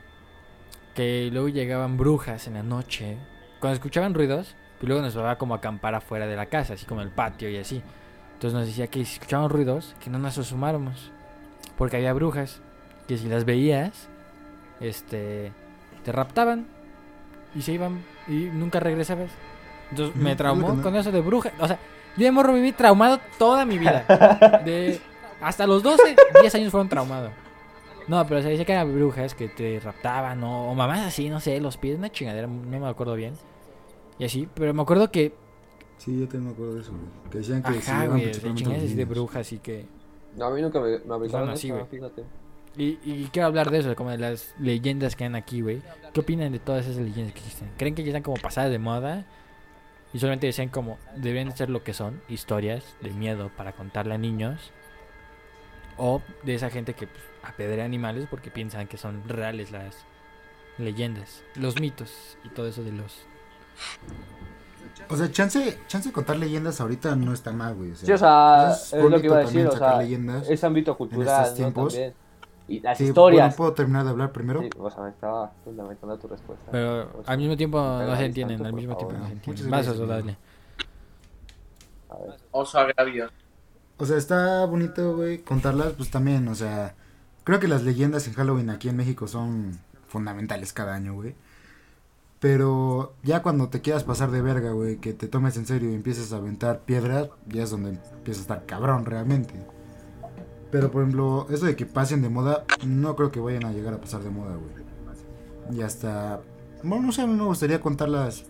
S1: que luego llegaban brujas en la noche, cuando escuchaban ruidos, y luego nos llevaba como a acampar afuera de la casa, así como el patio y así. Entonces nos decía que si escuchaban ruidos, que no nos asomáramos, porque había brujas, que si las veías, este, te raptaban y se iban y nunca regresabas. Entonces
S2: Ujú,
S1: me
S2: es lo
S1: traumó
S2: que no-
S1: con eso de bruja. O sea, yo de morro viví traumado toda mi vida. De, hasta los 12, 10 años fueron traumados. No, pero se dice que eran brujas que te raptaban o, o mamás así, no sé, los pies, una chingadera, no me acuerdo bien. Y así, pero me acuerdo que,
S2: Sí, yo también me acuerdo de eso, güey. Que decían que sí,
S1: ajá,
S2: iban
S1: güey, de
S2: principalmente
S1: chingadas
S2: los
S1: así de
S2: niños.
S1: brujas y que...
S3: No, a mí nunca me, me avisaron
S1: Son así,
S3: eso,
S1: güey.
S3: fíjate.
S1: Y, y quiero hablar de eso, como de las leyendas que hay aquí, güey. ¿Qué opinan de todas esas leyendas que existen? ¿Creen que ya están como pasadas de moda? Y solamente decían como, deben ser lo que son, historias de miedo para contarle a niños. O de esa gente que pues, apedrea animales porque piensan que son reales las leyendas, los mitos y todo eso de los...
S2: O sea, chance, chance de contar leyendas ahorita no está mal, güey.
S3: Sí, o sea,
S2: entonces,
S3: es lo que iba a
S2: bonito
S3: decir, o
S2: también sacar
S3: sea,
S2: leyendas.
S3: es ámbito cultural, ¿no?
S2: tiempos.
S3: También. Y las
S2: Sí, Bueno,
S3: historias.
S2: ¿Puedo terminar de hablar primero?
S3: Sí, o sea, me estaba fundamentando tu respuesta.
S1: Pero
S3: O sea,
S1: al mismo tiempo no se
S3: Pegáis
S1: entienden,
S3: tanto,
S1: al
S3: por
S1: mismo tiempo
S3: favor.
S1: no se entienden.
S2: Muchas
S1: Vas a
S2: gracias, amigo.
S1: darle.
S3: a ver.
S4: oso agravio.
S2: O sea, está bonito, güey, contarlas, pues también, o sea, creo que las leyendas en Halloween aquí en México son fundamentales cada año, güey. Pero ya cuando te quieras pasar de verga, güey, que te tomes en serio y empieces a aventar piedras, ya es donde empieza a estar cabrón realmente. Pero por ejemplo, eso de que pasen de moda, no creo que vayan a llegar a pasar de moda, güey. Y hasta, bueno, no sé, a mí me gustaría contarlas,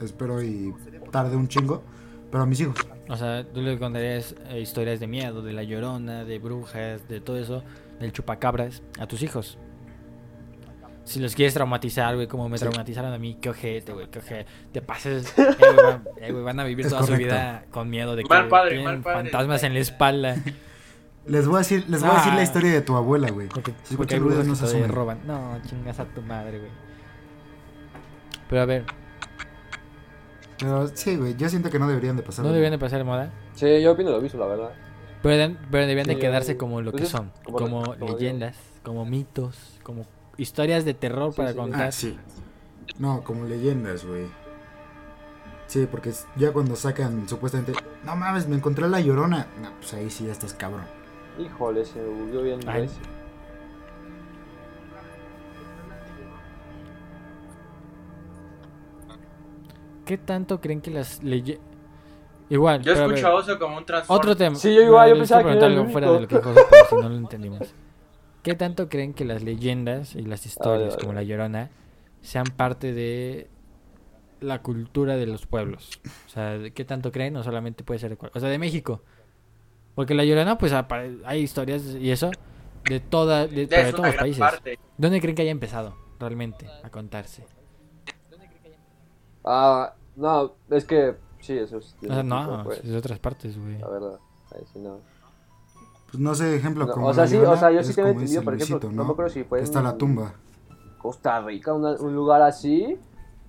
S2: espero y tarde un chingo, pero a mis hijos.
S1: O sea, tú le contarías eh, historias de miedo, de la llorona, de brujas, de todo eso, del chupacabras, a tus hijos. Si los quieres traumatizar, güey, como me
S2: Sí.
S1: traumatizaron a mí, qué ojete, güey, qué ojete. Te pases, eh, güey, van, eh, güey, van a vivir
S2: Es
S1: toda su
S2: correcto.
S1: vida con miedo de que
S4: Mal padre,
S1: tienen
S4: mal padre.
S1: fantasmas en la espalda.
S2: Les voy a decir, les voy a decir
S1: Ah.
S2: la historia de tu abuela, güey.
S1: Porque,
S2: Si
S1: porque
S2: escuchas
S1: hay
S2: ruidos
S1: brujas
S2: no
S1: que
S2: se
S1: todavía
S2: asumen.
S1: roban. No, chingas a tu madre, güey. Pero a ver,
S2: Pero sí, güey, yo siento que no deberían de pasar.
S1: no debían de pasar de moda,
S3: Sí, yo opino lo mismo, la verdad.
S1: pero, deben- pero debían de
S3: Sí,
S1: quedarse
S3: sí.
S1: como lo que
S3: Pues es
S1: son,
S3: como-
S1: como,
S3: como digo.
S1: leyendas, como mitos, como historias de terror
S3: Sí,
S1: para
S3: sí.
S1: contar.
S2: Ah, sí. No, como leyendas, güey. Sí, porque es- ya cuando sacan supuestamente No mames, me encontré la llorona. No, pues ahí sí ya estás cabrón.
S3: Híjole, se me bugueó bien
S1: Ay.
S3: grueso.
S1: ¿Qué tanto creen que las leyes... Igual,
S4: Yo
S1: pero a
S4: escucho
S1: ver,
S4: a Oso como un transformador.
S1: otro tema.
S3: Sí, yo igual, yo
S1: les
S3: pensaba
S1: quiero
S3: que era
S1: preguntar
S3: el
S1: algo fuera
S3: único.
S1: de lo que dijo, pero si no lo entendimos. ¿Qué tanto creen que las leyendas y las historias
S3: a ver.
S1: como La Llorona sean parte de la cultura de los pueblos? O sea, ¿de ¿qué tanto creen o solamente puede ser de cual- O sea, de México. Porque La Llorona, pues apare- hay historias y eso de, toda, de,
S4: Ya
S1: pero de
S4: es
S1: todos
S4: una
S1: los
S4: gran
S1: países.
S4: parte.
S1: ¿Dónde creen que haya empezado realmente a contarse?
S7: ¿Dónde creen que haya?
S3: Ah, no, es que sí, eso es.
S1: O sea, no,
S3: pues,
S1: es de otras partes, güey.
S3: La verdad. Ahí sí no.
S2: Pues no sé, ejemplo
S3: No,
S2: como.
S3: o sea,
S2: La
S3: sí,
S2: Llorona,
S3: o sea, yo
S2: es
S3: sí tenía
S2: como ese
S3: entendido, por ejemplo,
S2: Luisito,
S3: no me acuerdo si fue
S2: Que Está
S3: en-
S2: la tumba.
S3: Costa Rica, una- un lugar así,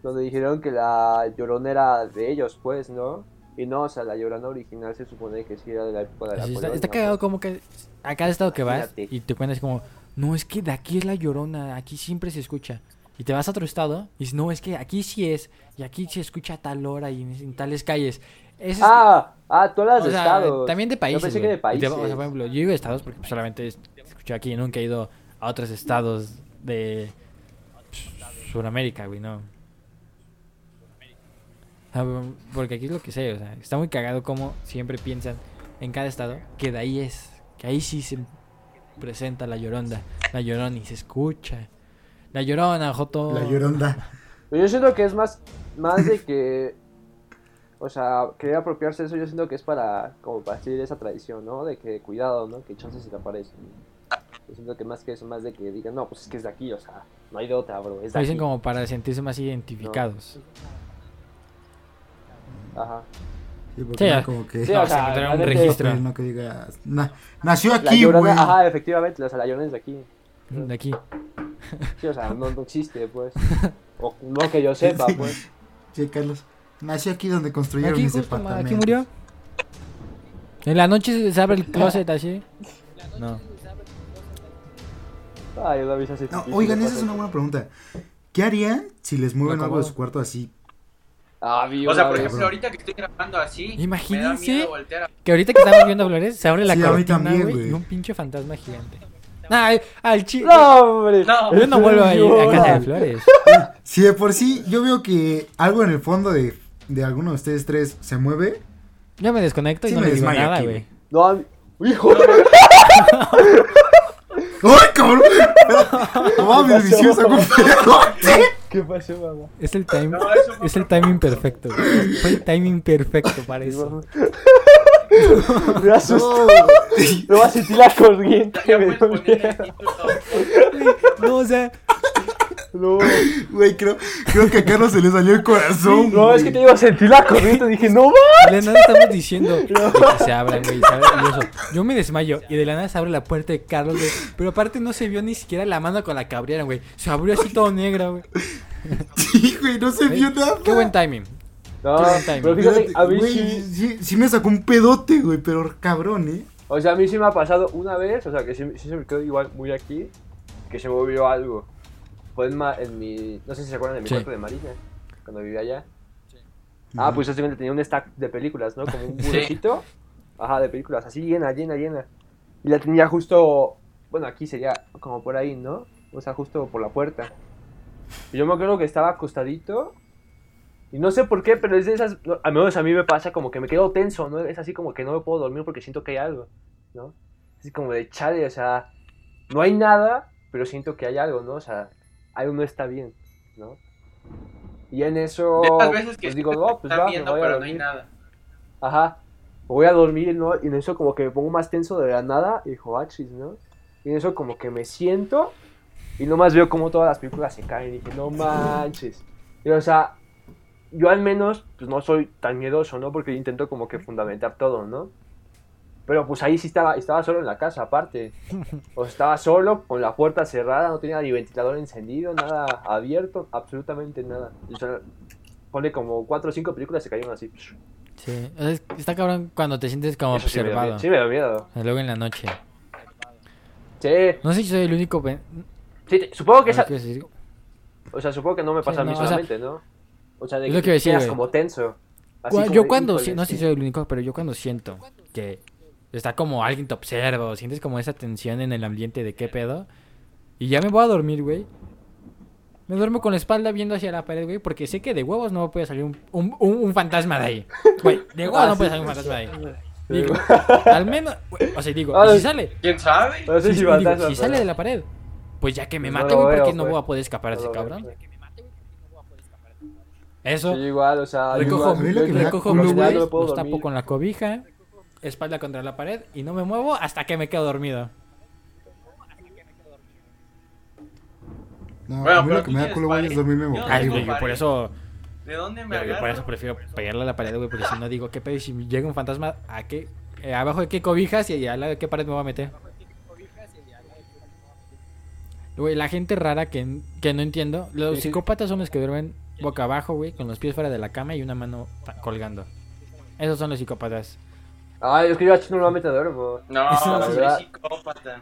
S3: donde dijeron que la llorona era de ellos, pues, ¿no? Y no, o sea, la llorona original se supone que sí era de la época de la
S1: Así está,
S3: colonia,
S1: está cagado
S3: pues.
S1: como que a cada estado que vas
S3: Imagínate.
S1: y te cuentas como, no, es que de aquí es la llorona, aquí siempre se escucha. Y te vas a otro estado y dices, no, es que aquí sí es, y aquí se escucha a tal hora y en, en tales calles. Eso es-
S3: Ah, ah, tú hablas
S1: o
S3: de
S1: sea,
S3: estados.
S1: también de
S3: Yo
S1: países.
S3: pensé que
S1: güey.
S3: de
S1: Y te va- o sea,
S3: países.
S1: por ejemplo, yo digo de estados porque pues, solamente es- escucho aquí, nunca he ido a otros estados de pues, Sudamérica, güey, no. Ah, bu- Porque aquí es lo que sé, o sea, está muy cagado como siempre piensan en cada estado que de ahí es, que ahí sí se presenta la lloronda, la llorona y se escucha. La llorona, Joto.
S2: La lloronda.
S3: Pero yo siento que es más, más de que, o sea, querer apropiarse de eso, yo siento que es para, como para seguir esa tradición, ¿no? De que cuidado, ¿no? Que chances se te aparecen. Yo siento que más que eso, más de que digan, no, pues es que es de aquí, o sea, no hay de otra, bro, es
S1: Lo
S3: de
S1: dicen
S3: aquí.
S1: como para sentirse más identificados.
S3: Ajá.
S2: Sí, porque
S1: Sí,
S2: era
S1: ya.
S2: como que.
S3: Sí,
S1: No,
S3: o
S1: se
S3: sea,
S1: encontraron un
S3: realmente-
S1: registro
S2: No que digas. "Na- nació
S3: La
S2: aquí,
S3: llorona,
S2: güey.
S3: ajá, efectivamente, o sea, la llorona es de aquí.
S1: de aquí.
S3: Sí, o sea, no, no existe, pues. O no que yo sepa,
S2: Sí.
S3: pues.
S2: Sí, Carlos. Nació aquí donde construyeron
S1: Aquí
S2: mis
S1: justo, ma,
S2: departamentos.
S1: aquí murió. En la noche se abre
S2: Ah.
S1: el closet así. No.
S3: Ay, la visa así.
S2: No,
S3: difícil,
S2: oigan,
S3: pues,
S2: esa es una buena pregunta. ¿Qué harían si les mueven
S1: Lo
S2: algo de su
S1: acomodo.
S2: cuarto así?
S3: Ah, vi
S4: O sea,
S3: una
S4: por
S3: vez.
S4: ejemplo, ahorita que estoy grabando así, me da
S1: Imagínense.
S4: miedo voltear a...
S1: Que ahorita que estamos viendo a Flores, se abre la
S2: Sí, a mí
S1: cortina,
S2: también,
S1: güey,
S2: güey.
S1: y un pinche fantasma gigante. Ay, al chi...
S3: No, hombre.
S4: No.
S1: Yo no vuelvo a ir a
S3: Llora.
S1: casa de Flores.
S2: Si de por sí yo veo que algo en el fondo de, de alguno de ustedes tres se mueve,
S1: Yo me desconecto y
S2: Sí
S1: no
S2: me
S1: le digo
S2: desmayo
S1: nada,
S2: aquí,
S1: güey.
S3: No, a mí- hijo.
S2: ¡Ay, cabrón! No mames, mi cielo está con pedote.
S3: ¿Qué pasó, mamá?
S1: Es el time...
S4: No, eso fue
S1: Es el timing perfecto, güey. Fue el timing perfecto para eso.
S3: Me asustó. No va a sentir la corriente.
S4: Ya
S3: me
S4: puedes
S3: dio
S4: poner el
S3: miedo.
S4: título.
S1: No, o sea,
S3: No,
S2: Güey, creo, creo que a Carlos se le salió el corazón.
S3: no, es que
S2: güey.
S3: te iba a sentir la corriente. Dije, no, va.
S1: de nada estamos diciendo de que se abran, güey. ¿sabes? Y eso, Yo me desmayo y de la nada se abre la puerta de Carlos, güey. Pero aparte no se vio ni siquiera la mano con la que abrieron, güey. Se abrió así todo negra, güey.
S2: Sí, güey, no se vio nada.
S1: Qué buen timing.
S3: No,
S1: Qué buen timing.
S3: pero fíjate, a mí
S2: Güey,
S3: sí.
S2: sí, sí me sacó un pedote, güey, pero cabrón, ¿eh?
S3: O sea, a mí sí me ha pasado una vez, o sea, que sí, sí se me quedó igual muy aquí, que se movió algo. Fue en, ma- en mi. No sé si se acuerdan de mi
S1: Sí.
S3: cuarto de Marina, cuando vivía allá. Ah, pues justamente tenía un stack de películas, ¿no? Como un
S4: Sí.
S3: burecito. Ajá, de películas, así llena, llena, llena. Y la tenía justo. Bueno, aquí sería como por ahí, ¿no? O sea, justo por la puerta. Y yo me acuerdo que estaba acostadito. Y no sé por qué, pero es de esas. no, Al menos a mí me pasa como que me quedo tenso, ¿no? Es así como que no me puedo dormir porque siento que hay algo, ¿no? Así como de chale, o sea. No hay nada, pero siento que hay algo, ¿no? O sea, algo no está bien, ¿no? Y en eso.
S1: Oh,
S4: De las veces que
S3: pues digo, no, pues
S4: están
S3: va, me
S4: viendo,
S3: voy a
S4: pero no hay
S3: dormir".
S4: nada.
S3: Ajá. Me voy a dormir, ¿no? Y en eso como que me pongo más tenso de la nada. Y dijo, achis, ¿no? Y en eso como que me siento. Y nomás veo como todas las películas se caen. Y dije, no manches. Y o sea, yo al menos, pues no soy tan miedoso, ¿no? Porque yo intento como que fundamentar todo, ¿no? Pero pues ahí sí estaba, estaba solo en la casa, aparte. O sea, estaba solo, con la puerta cerrada, no tenía ni ventilador encendido, nada abierto, absolutamente nada. O sea, pone como cuatro o cinco películas se cayeron así.
S1: Sí, o sea, es- está cabrón cuando te sientes como
S3: Eso sí me da
S1: observado.
S3: miedo, Sí, me da miedo.
S1: O sea, Luego en la noche.
S3: Sí,
S1: No sé si soy el único. pe-
S3: sí, te- supongo
S1: no
S3: que esa,
S1: quiero decir-
S3: o sea, supongo que no me
S1: Ah, Sí,
S3: pasa a mí
S1: no, o sea,
S3: solamente, ¿no? O sea, de
S1: es
S3: que,
S1: lo que iba a
S3: te
S1: decir,
S3: quedas
S1: güey.
S3: como tenso. Así
S1: Cua-
S3: como
S1: yo
S3: de,
S1: cuando,
S3: híjole,
S1: si- no sé
S3: sí.
S1: si soy el único, pero yo cuando siento que está como alguien te observa, o sientes como esa tensión en el ambiente de qué pedo, y ya me voy a dormir, güey. Me duermo con la espalda viendo hacia la pared, güey, porque sé que de huevos no puede salir un, un- un- un fantasma de ahí. Güey, de huevos
S3: Ah,
S1: no
S3: sí,
S1: puede salir un
S3: sí,
S1: fantasma de ahí.
S3: Sí,
S1: Digo,
S3: güey.
S1: al menos, güey, o sea, digo,
S3: Ah,
S1: y si
S3: es-
S1: sale,
S4: ¿Quién sabe?
S3: No sé
S1: si,
S3: si
S1: digo,
S3: fantasma,
S1: si
S3: pero-
S1: sale de la pared, pues ya que me
S3: No
S1: mate,
S3: lo
S1: güey, porque
S3: veo,
S1: no
S3: güey.
S1: voy a poder escapar de
S3: No
S1: ese
S3: lo veo,
S1: cabrón.
S3: güey.
S7: Que me mate, güey, porque no voy a poder escapar de tu madre.
S1: Eso.
S3: Sí, igual, o sea, yo
S1: Recojo,
S3: igual,
S2: A mí lo
S3: yo
S1: recojo,
S2: que me da
S3: igual,
S1: recojo
S2: culo,
S1: mis
S3: ya
S2: güey,
S1: güeyes,
S3: no puedo
S1: los tapo
S3: dormir.
S1: con la cobija, espalda contra la pared y no me muevo hasta que me quedo dormido.
S2: No,
S4: Bueno,
S2: a mí
S4: pero
S2: lo que me
S4: tú
S2: da
S4: tienes
S2: culo, güey, es
S4: pared.
S2: dormirme
S4: Yo no
S2: boca
S4: Ay,
S1: Ay,
S4: tengo
S1: güey,
S2: arriba.
S1: yo
S4: pared.
S1: por eso,
S4: ¿De dónde me
S1: yo- yo
S4: agarro?
S1: por eso prefiero pegarle a la pared, güey, porque si no digo, ¿qué pedo? Y si llega un fantasma, ¿a qué? eh, ¿Abajo de qué cobijas y a la de qué pared me voy a meter? Güey, la gente rara que, que no entiendo, los
S5: Sí.
S1: psicópatas son los que duermen boca abajo, güey, con los pies fuera de la cama y una mano ta- colgando. Esos son los psicópatas.
S3: Ay, es que yo aquí normalmente duermo.
S4: No,
S1: Eso
S3: no es
S4: soy
S3: verdad.
S4: psicópata.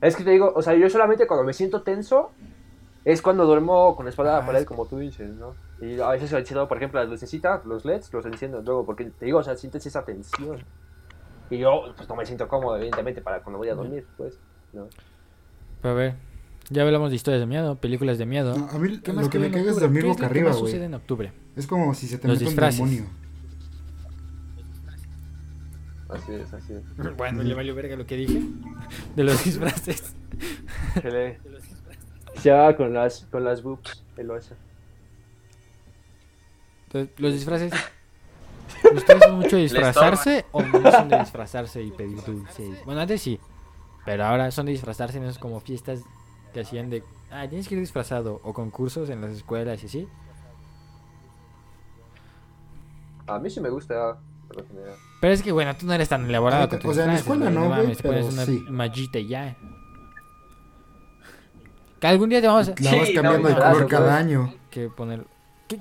S3: Es que te digo, o sea, yo solamente cuando me siento tenso es cuando duermo con la espalda a la
S1: Ah,
S3: pared,
S1: es-
S3: como tú dices, ¿no? Y a veces enciendo, por ejemplo, las lucecitas, los LEDs, los enciendo luego, porque te digo, o sea, sientes esa tensión. Y yo, pues no me siento cómodo, evidentemente, para cuando voy a dormir, pues. ¿no?
S1: Pero a ver, ya hablamos de historias de miedo, películas de miedo.
S2: No, a mí
S1: ¿Qué más
S2: lo que me
S1: viene en
S2: caga es
S1: octubre?
S2: dormir
S1: ¿Qué es
S2: boca
S1: lo que
S2: arriba,
S1: más sucede
S2: güey.
S1: en octubre?
S2: Es como si se te
S1: Los
S2: mete un
S1: disfraces.
S2: demonio.
S3: Así es, así es.
S1: Bueno, le valió verga lo que dije. De los disfraces.
S3: Chele. Ya con las, con las boobs, él lo hace.
S1: Entonces, los disfraces. ¿Ustedes son mucho de
S4: Les
S1: disfrazarse o no son de disfrazarse y pedir dulces? Bueno, antes sí. Pero ahora son de disfrazarse en esas como fiestas que hacían de. Ah, tienes que ir disfrazado. O concursos en las escuelas y así.
S3: A mí sí me gusta, por lo general.
S1: Pero es que bueno, tú no eres tan elaborado
S2: Ah,
S1: con tus
S2: o sea, en la
S1: disfraces,
S2: escuela
S1: güey,
S2: no, güey,
S1: mames, te pones
S2: pero
S1: una
S2: sí.
S1: mallita y ya. Que algún día te vamos a.
S2: La
S4: Sí,
S2: vas
S4: no,
S2: cambiando de
S3: disfrazo,
S2: color cada
S3: güey.
S2: año.
S1: Que poner. ¿Qué?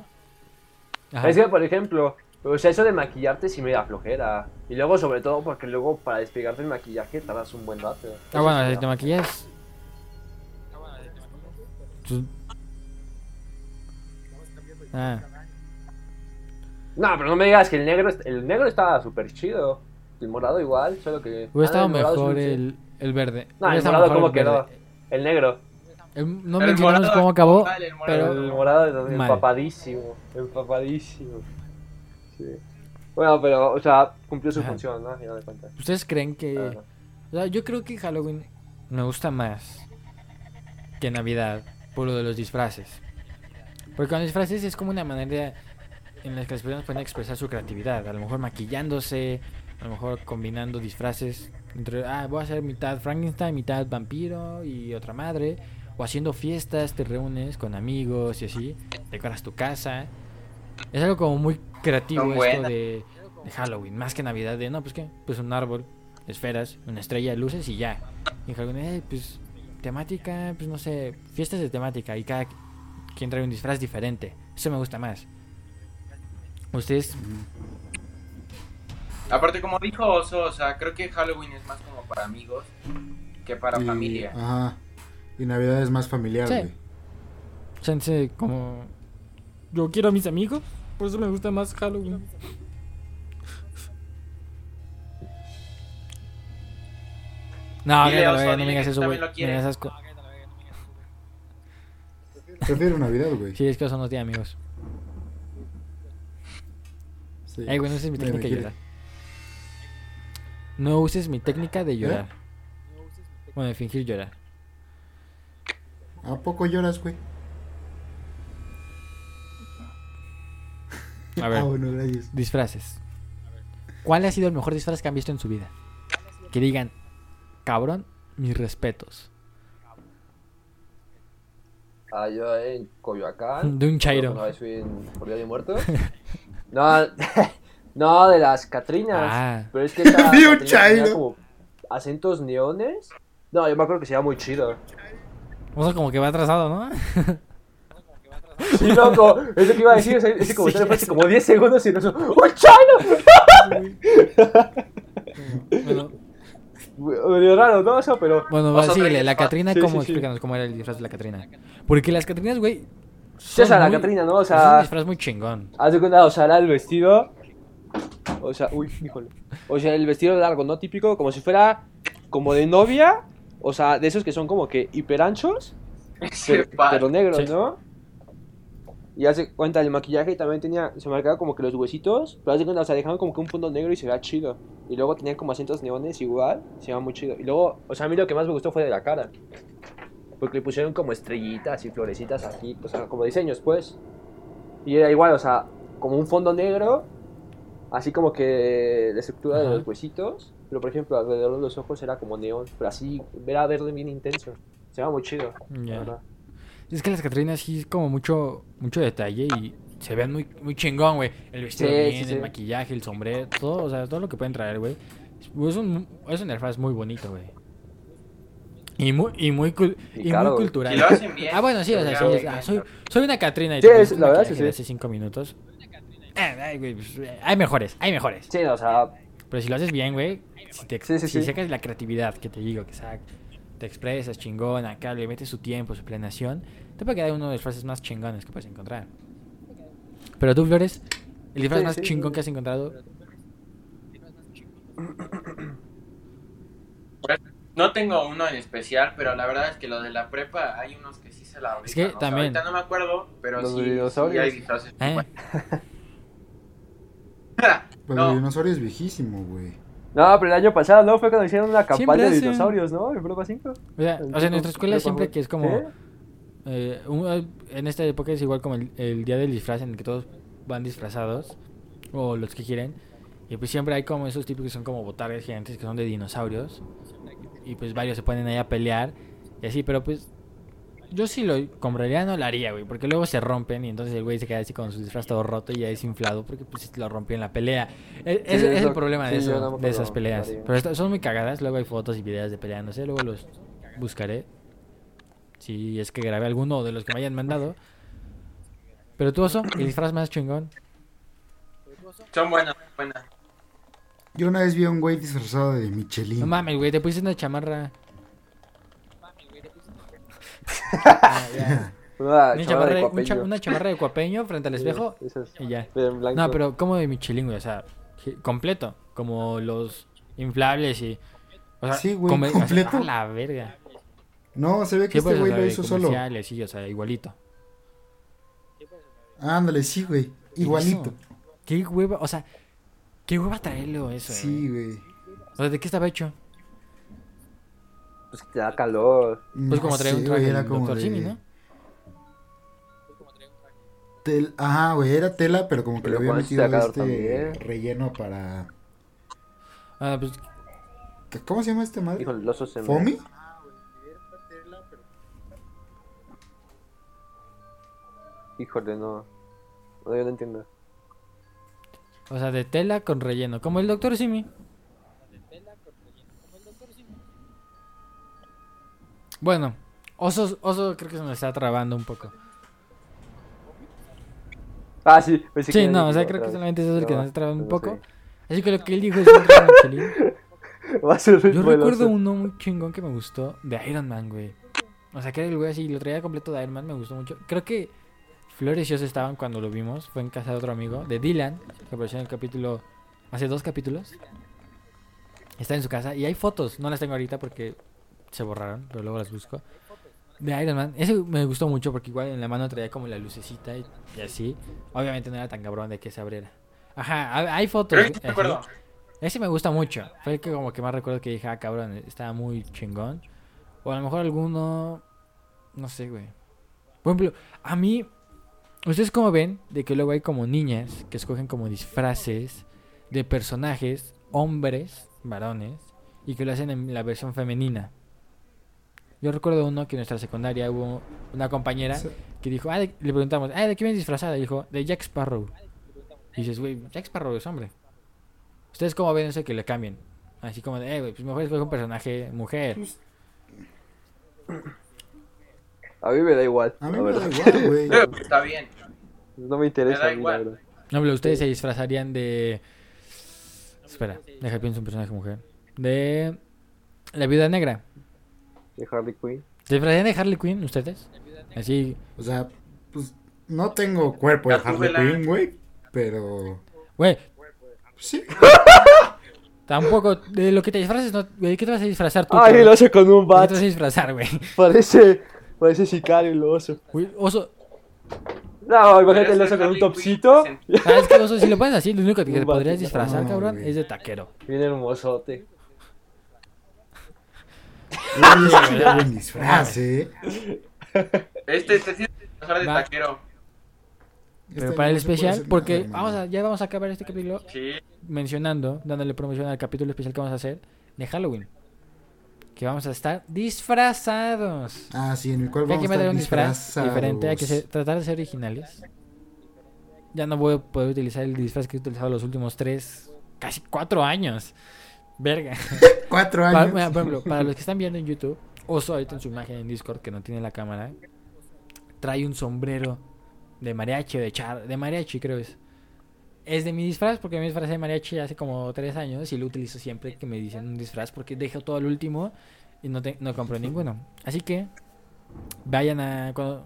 S1: Ajá.
S3: Es que, por ejemplo, o sea, eso de maquillarte sí me da flojera. Y luego, sobre todo, porque luego para despegarte el maquillaje tardas un buen rato.
S1: Ah, bueno, si te maquillas. Tú- Ah,
S3: No, pero no me digas que el negro, est- el negro estaba súper chido. El morado igual, solo que...
S1: hubiera
S3: Ah,
S1: estado
S3: no, el morado es
S1: mejor
S3: un-
S1: el, el verde.
S3: No,
S1: Hubiera
S3: el
S1: estado mejor
S3: morado cómo
S1: el verde.
S3: quedó. El negro.
S1: El- no
S4: Pero el
S1: mencionamos
S4: morado
S1: cómo
S4: acabó
S1: acabó,
S4: mal, el morado.
S1: pero
S3: El morado
S1: Mal.
S3: empapadísimo. Empapadísimo. Sí. Bueno, pero, o sea, cumplió su
S1: Ajá.
S3: función, ¿no? Al final de cuentas.
S1: ¿ustedes creen que.?
S3: Ah, no.
S1: O sea, yo creo que Halloween me gusta más que Navidad por lo de los disfraces. Porque con los disfraces es como una manera en la que las personas pueden expresar su creatividad. A lo mejor maquillándose, a lo mejor combinando disfraces. Entre, ah, voy a hacer mitad Frankenstein, mitad vampiro y otra madre. O haciendo fiestas, te reúnes con amigos y así. Decoras tu casa. Es algo como muy creativo
S4: Son
S1: esto
S4: buenas.
S1: de, de Halloween. Más que Navidad de, no, pues qué, pues un árbol, esferas, una estrella de luces y ya. Y en Halloween, eh, pues temática, pues no sé, fiestas de temática y cada quien trae un disfraz diferente. Eso me gusta más. Ustedes,
S4: Aparte, como dijo Oso, o sea, creo que Halloween es más como para amigos que para
S2: Y- ah,
S4: familia.
S2: Ajá. Y Navidad es más familiar,
S1: Sí.
S2: güey.
S1: chance como yo quiero a mis amigos, por eso me gusta más Halloween. No,
S4: Dile,
S1: cállate,
S4: Oso,
S1: güey, no
S4: dile
S1: me digas
S4: que
S1: eso, güey.
S4: también lo
S1: Me
S4: quiere.
S1: das asco.
S2: Prefiero Navidad, güey.
S1: Sí, es que eso no tiene amigos.
S2: Sí.
S1: Ey, güey, no uses mi
S2: Nadie me
S1: técnica de
S2: quiere.
S1: llorar. No uses mi técnica de llorar. Bueno, de fingir llorar.
S2: ¿A poco lloras, güey?
S1: A ver.
S2: Ah, bueno, gracias.
S1: Disfraces. ¿Cuál ha sido el mejor disfraz que han visto en su vida? Que digan, cabrón, mis respetos.
S3: Ah, yo en Coyoacán.
S1: De un
S3: Una
S1: chairo.
S3: vez fui en por Día de Muertos. No, no, de las Catrinas.
S1: Ah.
S3: Pero es que esa
S2: Vi un
S3: Catrina
S2: chairo.
S3: tenía como acentos neones. No, yo me acuerdo que se veía muy chido.
S1: O sea, como que va atrasado, ¿no?
S3: Sí, loco, es lo que iba a decir. Ese, ese comentario fue hace como 10 segundos y ¡Oh, nos. ¡Un chairo!
S1: Bueno,
S3: Medio raro, ¿no? Eso, pero.
S1: bueno va,
S4: Oso,
S1: síguele.
S4: trae
S1: La
S4: disfraz.
S1: Catrina,
S3: Sí,
S1: ¿cómo?
S3: sí, sí.
S1: Explícanos cómo era el disfraz de la Catrina. Porque las Catrinas, güey, son
S3: César, la
S1: muy-
S3: Catrina, ¿no? O
S1: es un
S3: sea,
S1: disfraz muy chingón.
S3: haz de cuenta, o sea, era el vestido. O sea, uy, híjole. O sea, el vestido largo, ¿no? Típico, como si fuera como de novia. O sea, de esos que son como que hiperanchos,
S4: Ese
S3: pero,
S4: pa-
S3: pero negros,
S1: Sí.
S3: ¿no? Y hace cuenta, el maquillaje también tenía, se marcaba como que los huesitos, pero haz de cuenta, o sea, dejaban como que un punto negro y se veía chido. Y luego tenían como acentos neones igual, se veía muy chido. Y luego, o sea, a mí lo que más me gustó fue de la cara. Porque le pusieron como estrellitas y florecitas aquí, o sea, como diseños, pues. Y era igual, o sea, como un fondo negro, así como que la estructura
S1: Ajá.
S3: de los huesitos. Pero por ejemplo, alrededor de los ojos era como neón, pero así, era verde bien intenso. Se veía muy chido, la
S1: Ya.
S3: verdad.
S1: Es que las Catrinas sí es como mucho, mucho detalle y se ven muy, muy chingón, güey. El vestido
S3: Sí,
S1: bien,
S3: sí,
S1: el
S3: sí.
S1: maquillaje, el sombrero, todo, o sea, todo lo que pueden traer, güey. Es un, es un disfraz muy bonito, güey. Y muy, y muy, cul-
S3: Y
S1: y muy
S3: caro, güey.
S4: Y lo
S1: cultural.
S4: hacen bien.
S1: Ah, bueno, sí, o sea, sí,
S4: Lo
S1: es- ah,
S4: hacen
S1: soy,
S4: bien.
S1: soy una Catrina. y
S3: Sí,
S1: te pones
S3: es-
S1: un
S3: la verdad, sí,
S1: maquillaje de
S3: sí.
S1: Hace cinco minutos. Ah, ay, güey, pues, eh, hay mejores, hay mejores.
S3: Sí, o sea,
S1: Pero si lo haces bien, güey, si, te,
S3: Sí, sí,
S1: si
S3: sí.
S1: sacas la creatividad que te digo, que sac, te expresas chingón acá, le metes su tiempo, su planeación, te puede quedar uno de los disfraces más chingones que puedes encontrar. Pero tú, Flores, el disfraz
S3: Sí,
S1: más
S3: sí,
S1: chingón
S3: sí.
S1: que has encontrado,
S4: No tengo uno en especial, pero la verdad es que lo de la prepa hay unos que sí se la
S1: Es que
S4: aplican, o sea,
S1: también-
S4: ahorita no me acuerdo, pero
S3: Los
S4: sí, sí
S3: dinosaurios.
S4: hay disfraces.
S1: ¿eh?
S2: Pero
S4: No.
S2: el dinosaurio es viejísimo, güey.
S3: No, pero el año pasado, ¿no? Fue cuando hicieron una campaña de
S1: hacen.
S3: dinosaurios, ¿no? En Europa 5.
S1: O sea, o sea, en nuestra escuela siempre que es como,
S3: ¿Sí?
S1: eh, un- en esta época es igual como el, el día del disfraz en el que todos van disfrazados, o los que quieren, y pues siempre hay como esos típicos que son como botargas gigantes que son de dinosaurios, y pues varios se ponen ahí a pelear y así, pero pues yo sí lo compraría, no lo haría, güey, porque luego se rompen y entonces el güey se queda así con su disfraz todo roto y ya desinflado porque pues lo rompió en la pelea. E- ese-
S3: es
S1: ese es el
S3: lo-
S1: problema de,
S3: sí,
S1: eso,
S3: yo tampoco
S1: de esas
S3: lo
S1: peleas.
S3: haría.
S1: Pero esta- son muy cagadas, luego hay fotos y videos de peleándose, luego los buscaré. Si es que grabé alguno de los que me hayan mandado. Pero tú, Oso, el disfraz más chingón.
S4: Son buenas, son buenas.
S2: Yo una vez vi a un güey disfrazado de Michelin.
S1: No mames, güey, te pusiste una chamarra.
S3: Una
S1: Una
S3: chamarra
S1: chamarra, de-
S3: de
S1: un cha-
S3: cuapello.
S1: una chamarra de cuapeño frente al espejo
S3: Sí, esas.
S1: y ya.
S3: Pero en blanco.
S1: No, pero como de Michelin, güey, o sea, que- completo, como los inflables y o sea,
S2: Sí, güey,
S1: come- o sea,
S2: completo.
S1: a la verga.
S2: No, se ve que
S1: Sí, pues,
S2: este
S1: o
S2: güey
S1: sea,
S2: lo
S1: de
S2: hizo solo.
S1: comerciales, sí, o sea, igualito.
S2: Ándale, sí, güey. Igualito.
S1: Eso. Qué hueva, o sea, qué hueva traerlo eso.
S2: Sí,
S1: güey.
S2: güey.
S1: O sea, ¿de qué estaba hecho?
S3: Pues te da calor.
S1: Pues como traer
S2: trae
S1: un traje del Dr. Simi, ¿no?
S2: Tel... Ajá, güey, era tela, pero como que
S3: Pero
S2: le había
S3: con este
S2: metido
S3: acá
S2: este
S3: también.
S2: relleno para...
S1: Ah, pues
S2: ¿Cómo se llama este madre?
S3: Híjole, los osos se me-
S2: ¿Fomi?
S3: Híjole, no. No, yo no entiendo.
S1: o sea, de tela con relleno, como el Dr. Simi. Bueno, osos, oso creo que se nos está trabando un poco.
S3: Ah, sí. pensé
S1: Sí,
S3: que
S1: no,
S3: era
S1: o sea,
S3: otra
S1: creo que
S3: vez.
S1: solamente es el que nos traba un
S3: no
S1: poco.
S3: sé.
S1: Así que lo que él dijo es un traje Michelin.
S3: Va a ser
S1: Yo
S3: ritmo del
S1: recuerdo
S3: oso.
S1: uno muy chingón que me gustó de Iron Man, güey. O sea, que era el güey así, lo traía completo de Iron Man, me gustó mucho. Creo que Flores y yo estaban cuando lo vimos, fue en casa de otro amigo, de Dylan, que apareció en el capítulo, hace dos capítulos. Está en su casa y hay fotos, no las tengo ahorita porque se borraron, pero luego las busco. De Iron Man, ese me gustó mucho porque igual en la mano traía como la lucecita y, y así. Obviamente no era tan cabrón de que se abriera. Ajá, hay- hay fotos. eh,
S4: Pero yo
S1: así.
S4: me acuerdo.
S1: Ese me gusta mucho. Fue el que como que más recuerdo que dije, ah, cabrón, estaba muy chingón. O a lo mejor alguno... No sé, güey. Por ejemplo, a mí... Ustedes como ven de que luego hay como niñas que escogen como disfraces de personajes, hombres, varones, y que lo hacen en la versión femenina. Yo recuerdo uno que en nuestra secundaria hubo una compañera
S2: Sí.
S1: que dijo, ah, de- le preguntamos, ah, ¿de qué vienes disfrazada? Y dijo, de Jack Sparrow. Y dices, güey, Jack Sparrow es hombre. ¿Ustedes cómo ven eso que le cambien? Así como de, eh, güey, pues mejor escoge un personaje mujer.
S3: A mí me da igual.
S2: A mí
S3: la
S2: me da
S3: verdad.
S2: igual, güey.
S4: Eh, pues, Está bien.
S3: No me interesa.
S4: Me da
S3: a mí, la
S4: igual.
S3: verdad.
S1: No, pero ustedes se disfrazarían de. Espera, deja pienso un personaje mujer. De. La viuda negra.
S3: De Harley Quinn.
S1: ¿Se disfrazarían de Harley Quinn ustedes? Así.
S2: O sea, pues No tengo cuerpo de Harley
S4: Gatúbela.
S2: Quinn, güey, pero...
S1: Güey,
S2: pues Sí,
S1: tampoco. De lo que te disfraces, no, güey, ¿qué te vas a disfrazar tú?
S3: Ay,
S1: cabrón?
S3: el oso con un
S1: ¿Qué
S3: bat.
S1: te vas a disfrazar, güey?
S3: Parece, parece sicario el oso.
S1: Güey, Oso,
S3: No,
S4: Podrías
S3: imagínate el
S4: ser
S3: oso con un
S4: Harley
S3: topsito.
S4: Quinn
S1: ¿sabes qué ah, oso? Si lo pones así, lo único que
S3: Un
S1: te podrías
S3: batita.
S1: disfrazar,
S2: No,
S1: cabrón,
S2: güey.
S1: es de taquero.
S3: Bien hermosote.
S2: güey, es que ya buen disfraz, eh.
S4: Este, este sí es disfrazar de
S1: Va.
S4: taquero.
S1: Pero
S2: Este
S1: para el
S2: no se puede
S1: especial,
S2: hacer
S1: porque
S2: nada,
S1: vamos a,
S2: hermano.
S1: ya vamos a acabar este capítulo
S4: Sí.
S1: mencionando, dándole promoción al capítulo especial que vamos a hacer de Halloween. Que vamos a estar disfrazados.
S2: Ah, sí, en el cual
S1: Hay
S2: vamos
S1: que
S2: a
S1: meter
S2: estar
S1: un disfraz
S2: disfrazados.
S1: diferente, hay que ser- tratar de ser originales. Ya no voy a poder utilizar el disfraz que he utilizado los últimos tres, casi cuatro años. Verga.
S2: Cuatro
S1: Para,
S2: años.
S1: mira, por ejemplo, para los que están viendo en YouTube, Oso ahorita en su imagen en Discord que no tiene la cámara, trae un sombrero de mariachi o de char, de mariachi creo es. Es de mi disfraz porque me disfrazé de mariachi hace como tres años y lo utilizo siempre que me dicen un disfraz porque dejo todo al último y no, te- no compro ninguno. Así que vayan a... cuando-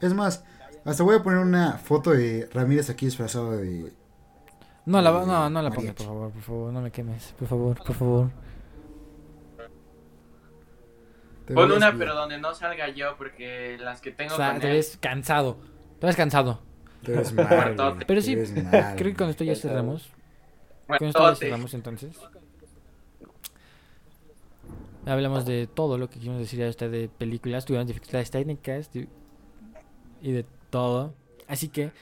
S2: Es más, hasta voy a poner una foto de Ramírez aquí disfrazado de...
S1: No, la, no, no la pongas,
S2: Mariachi.
S1: por favor, por favor, no me quemes, por favor, por favor.
S2: te
S4: Pon
S2: ves
S4: una,
S2: bien,
S4: pero donde no salga yo, porque las que tengo
S1: O sea,
S4: con
S1: te
S4: él.
S1: ves cansado, te ves cansado.
S2: Te ves mal, güey,
S1: Pero
S2: te
S1: sí,
S2: ves mal,
S1: Creo que con
S2: güey.
S1: esto ya cerramos.
S4: Bueno,
S1: Con esto ya
S4: tote.
S1: cerramos entonces. Hablamos de todo lo que quisimos decir hasta de películas, tuvimos dificultades técnicas tu- y de todo. Así que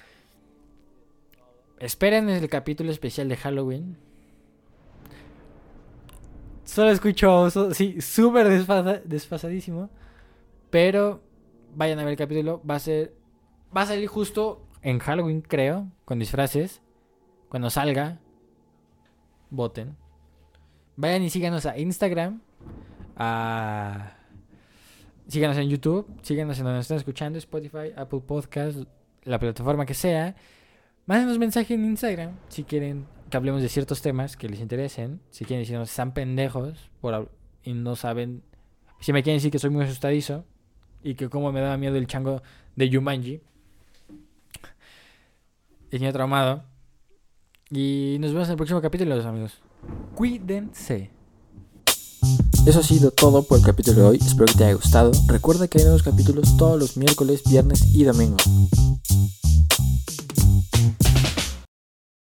S1: esperen el capítulo especial de Halloween. Solo escucho a oso, sí, súper desfasa- desfasadísimo. Pero vayan a ver el capítulo, va a ser va a salir justo en Halloween, creo, con disfraces. Cuando salga, voten. Vayan y síganos a Instagram. A... Síganos en YouTube. Síganos en donde nos están escuchando. Spotify, Apple Podcast, la plataforma que sea. Mándenos mensaje en Instagram si quieren que hablemos de ciertos temas que les interesen. Si quieren decirnos están pendejos por hab- y no saben. Si me quieren decir que soy muy asustadizo y que como me daba miedo el chango de Yumanji. El niño traumado. Y nos vemos en el próximo capítulo, amigos. Cuídense. Eso ha sido todo por el capítulo de hoy. Espero que te haya gustado. Recuerda que hay nuevos capítulos todos los miércoles, viernes y domingo.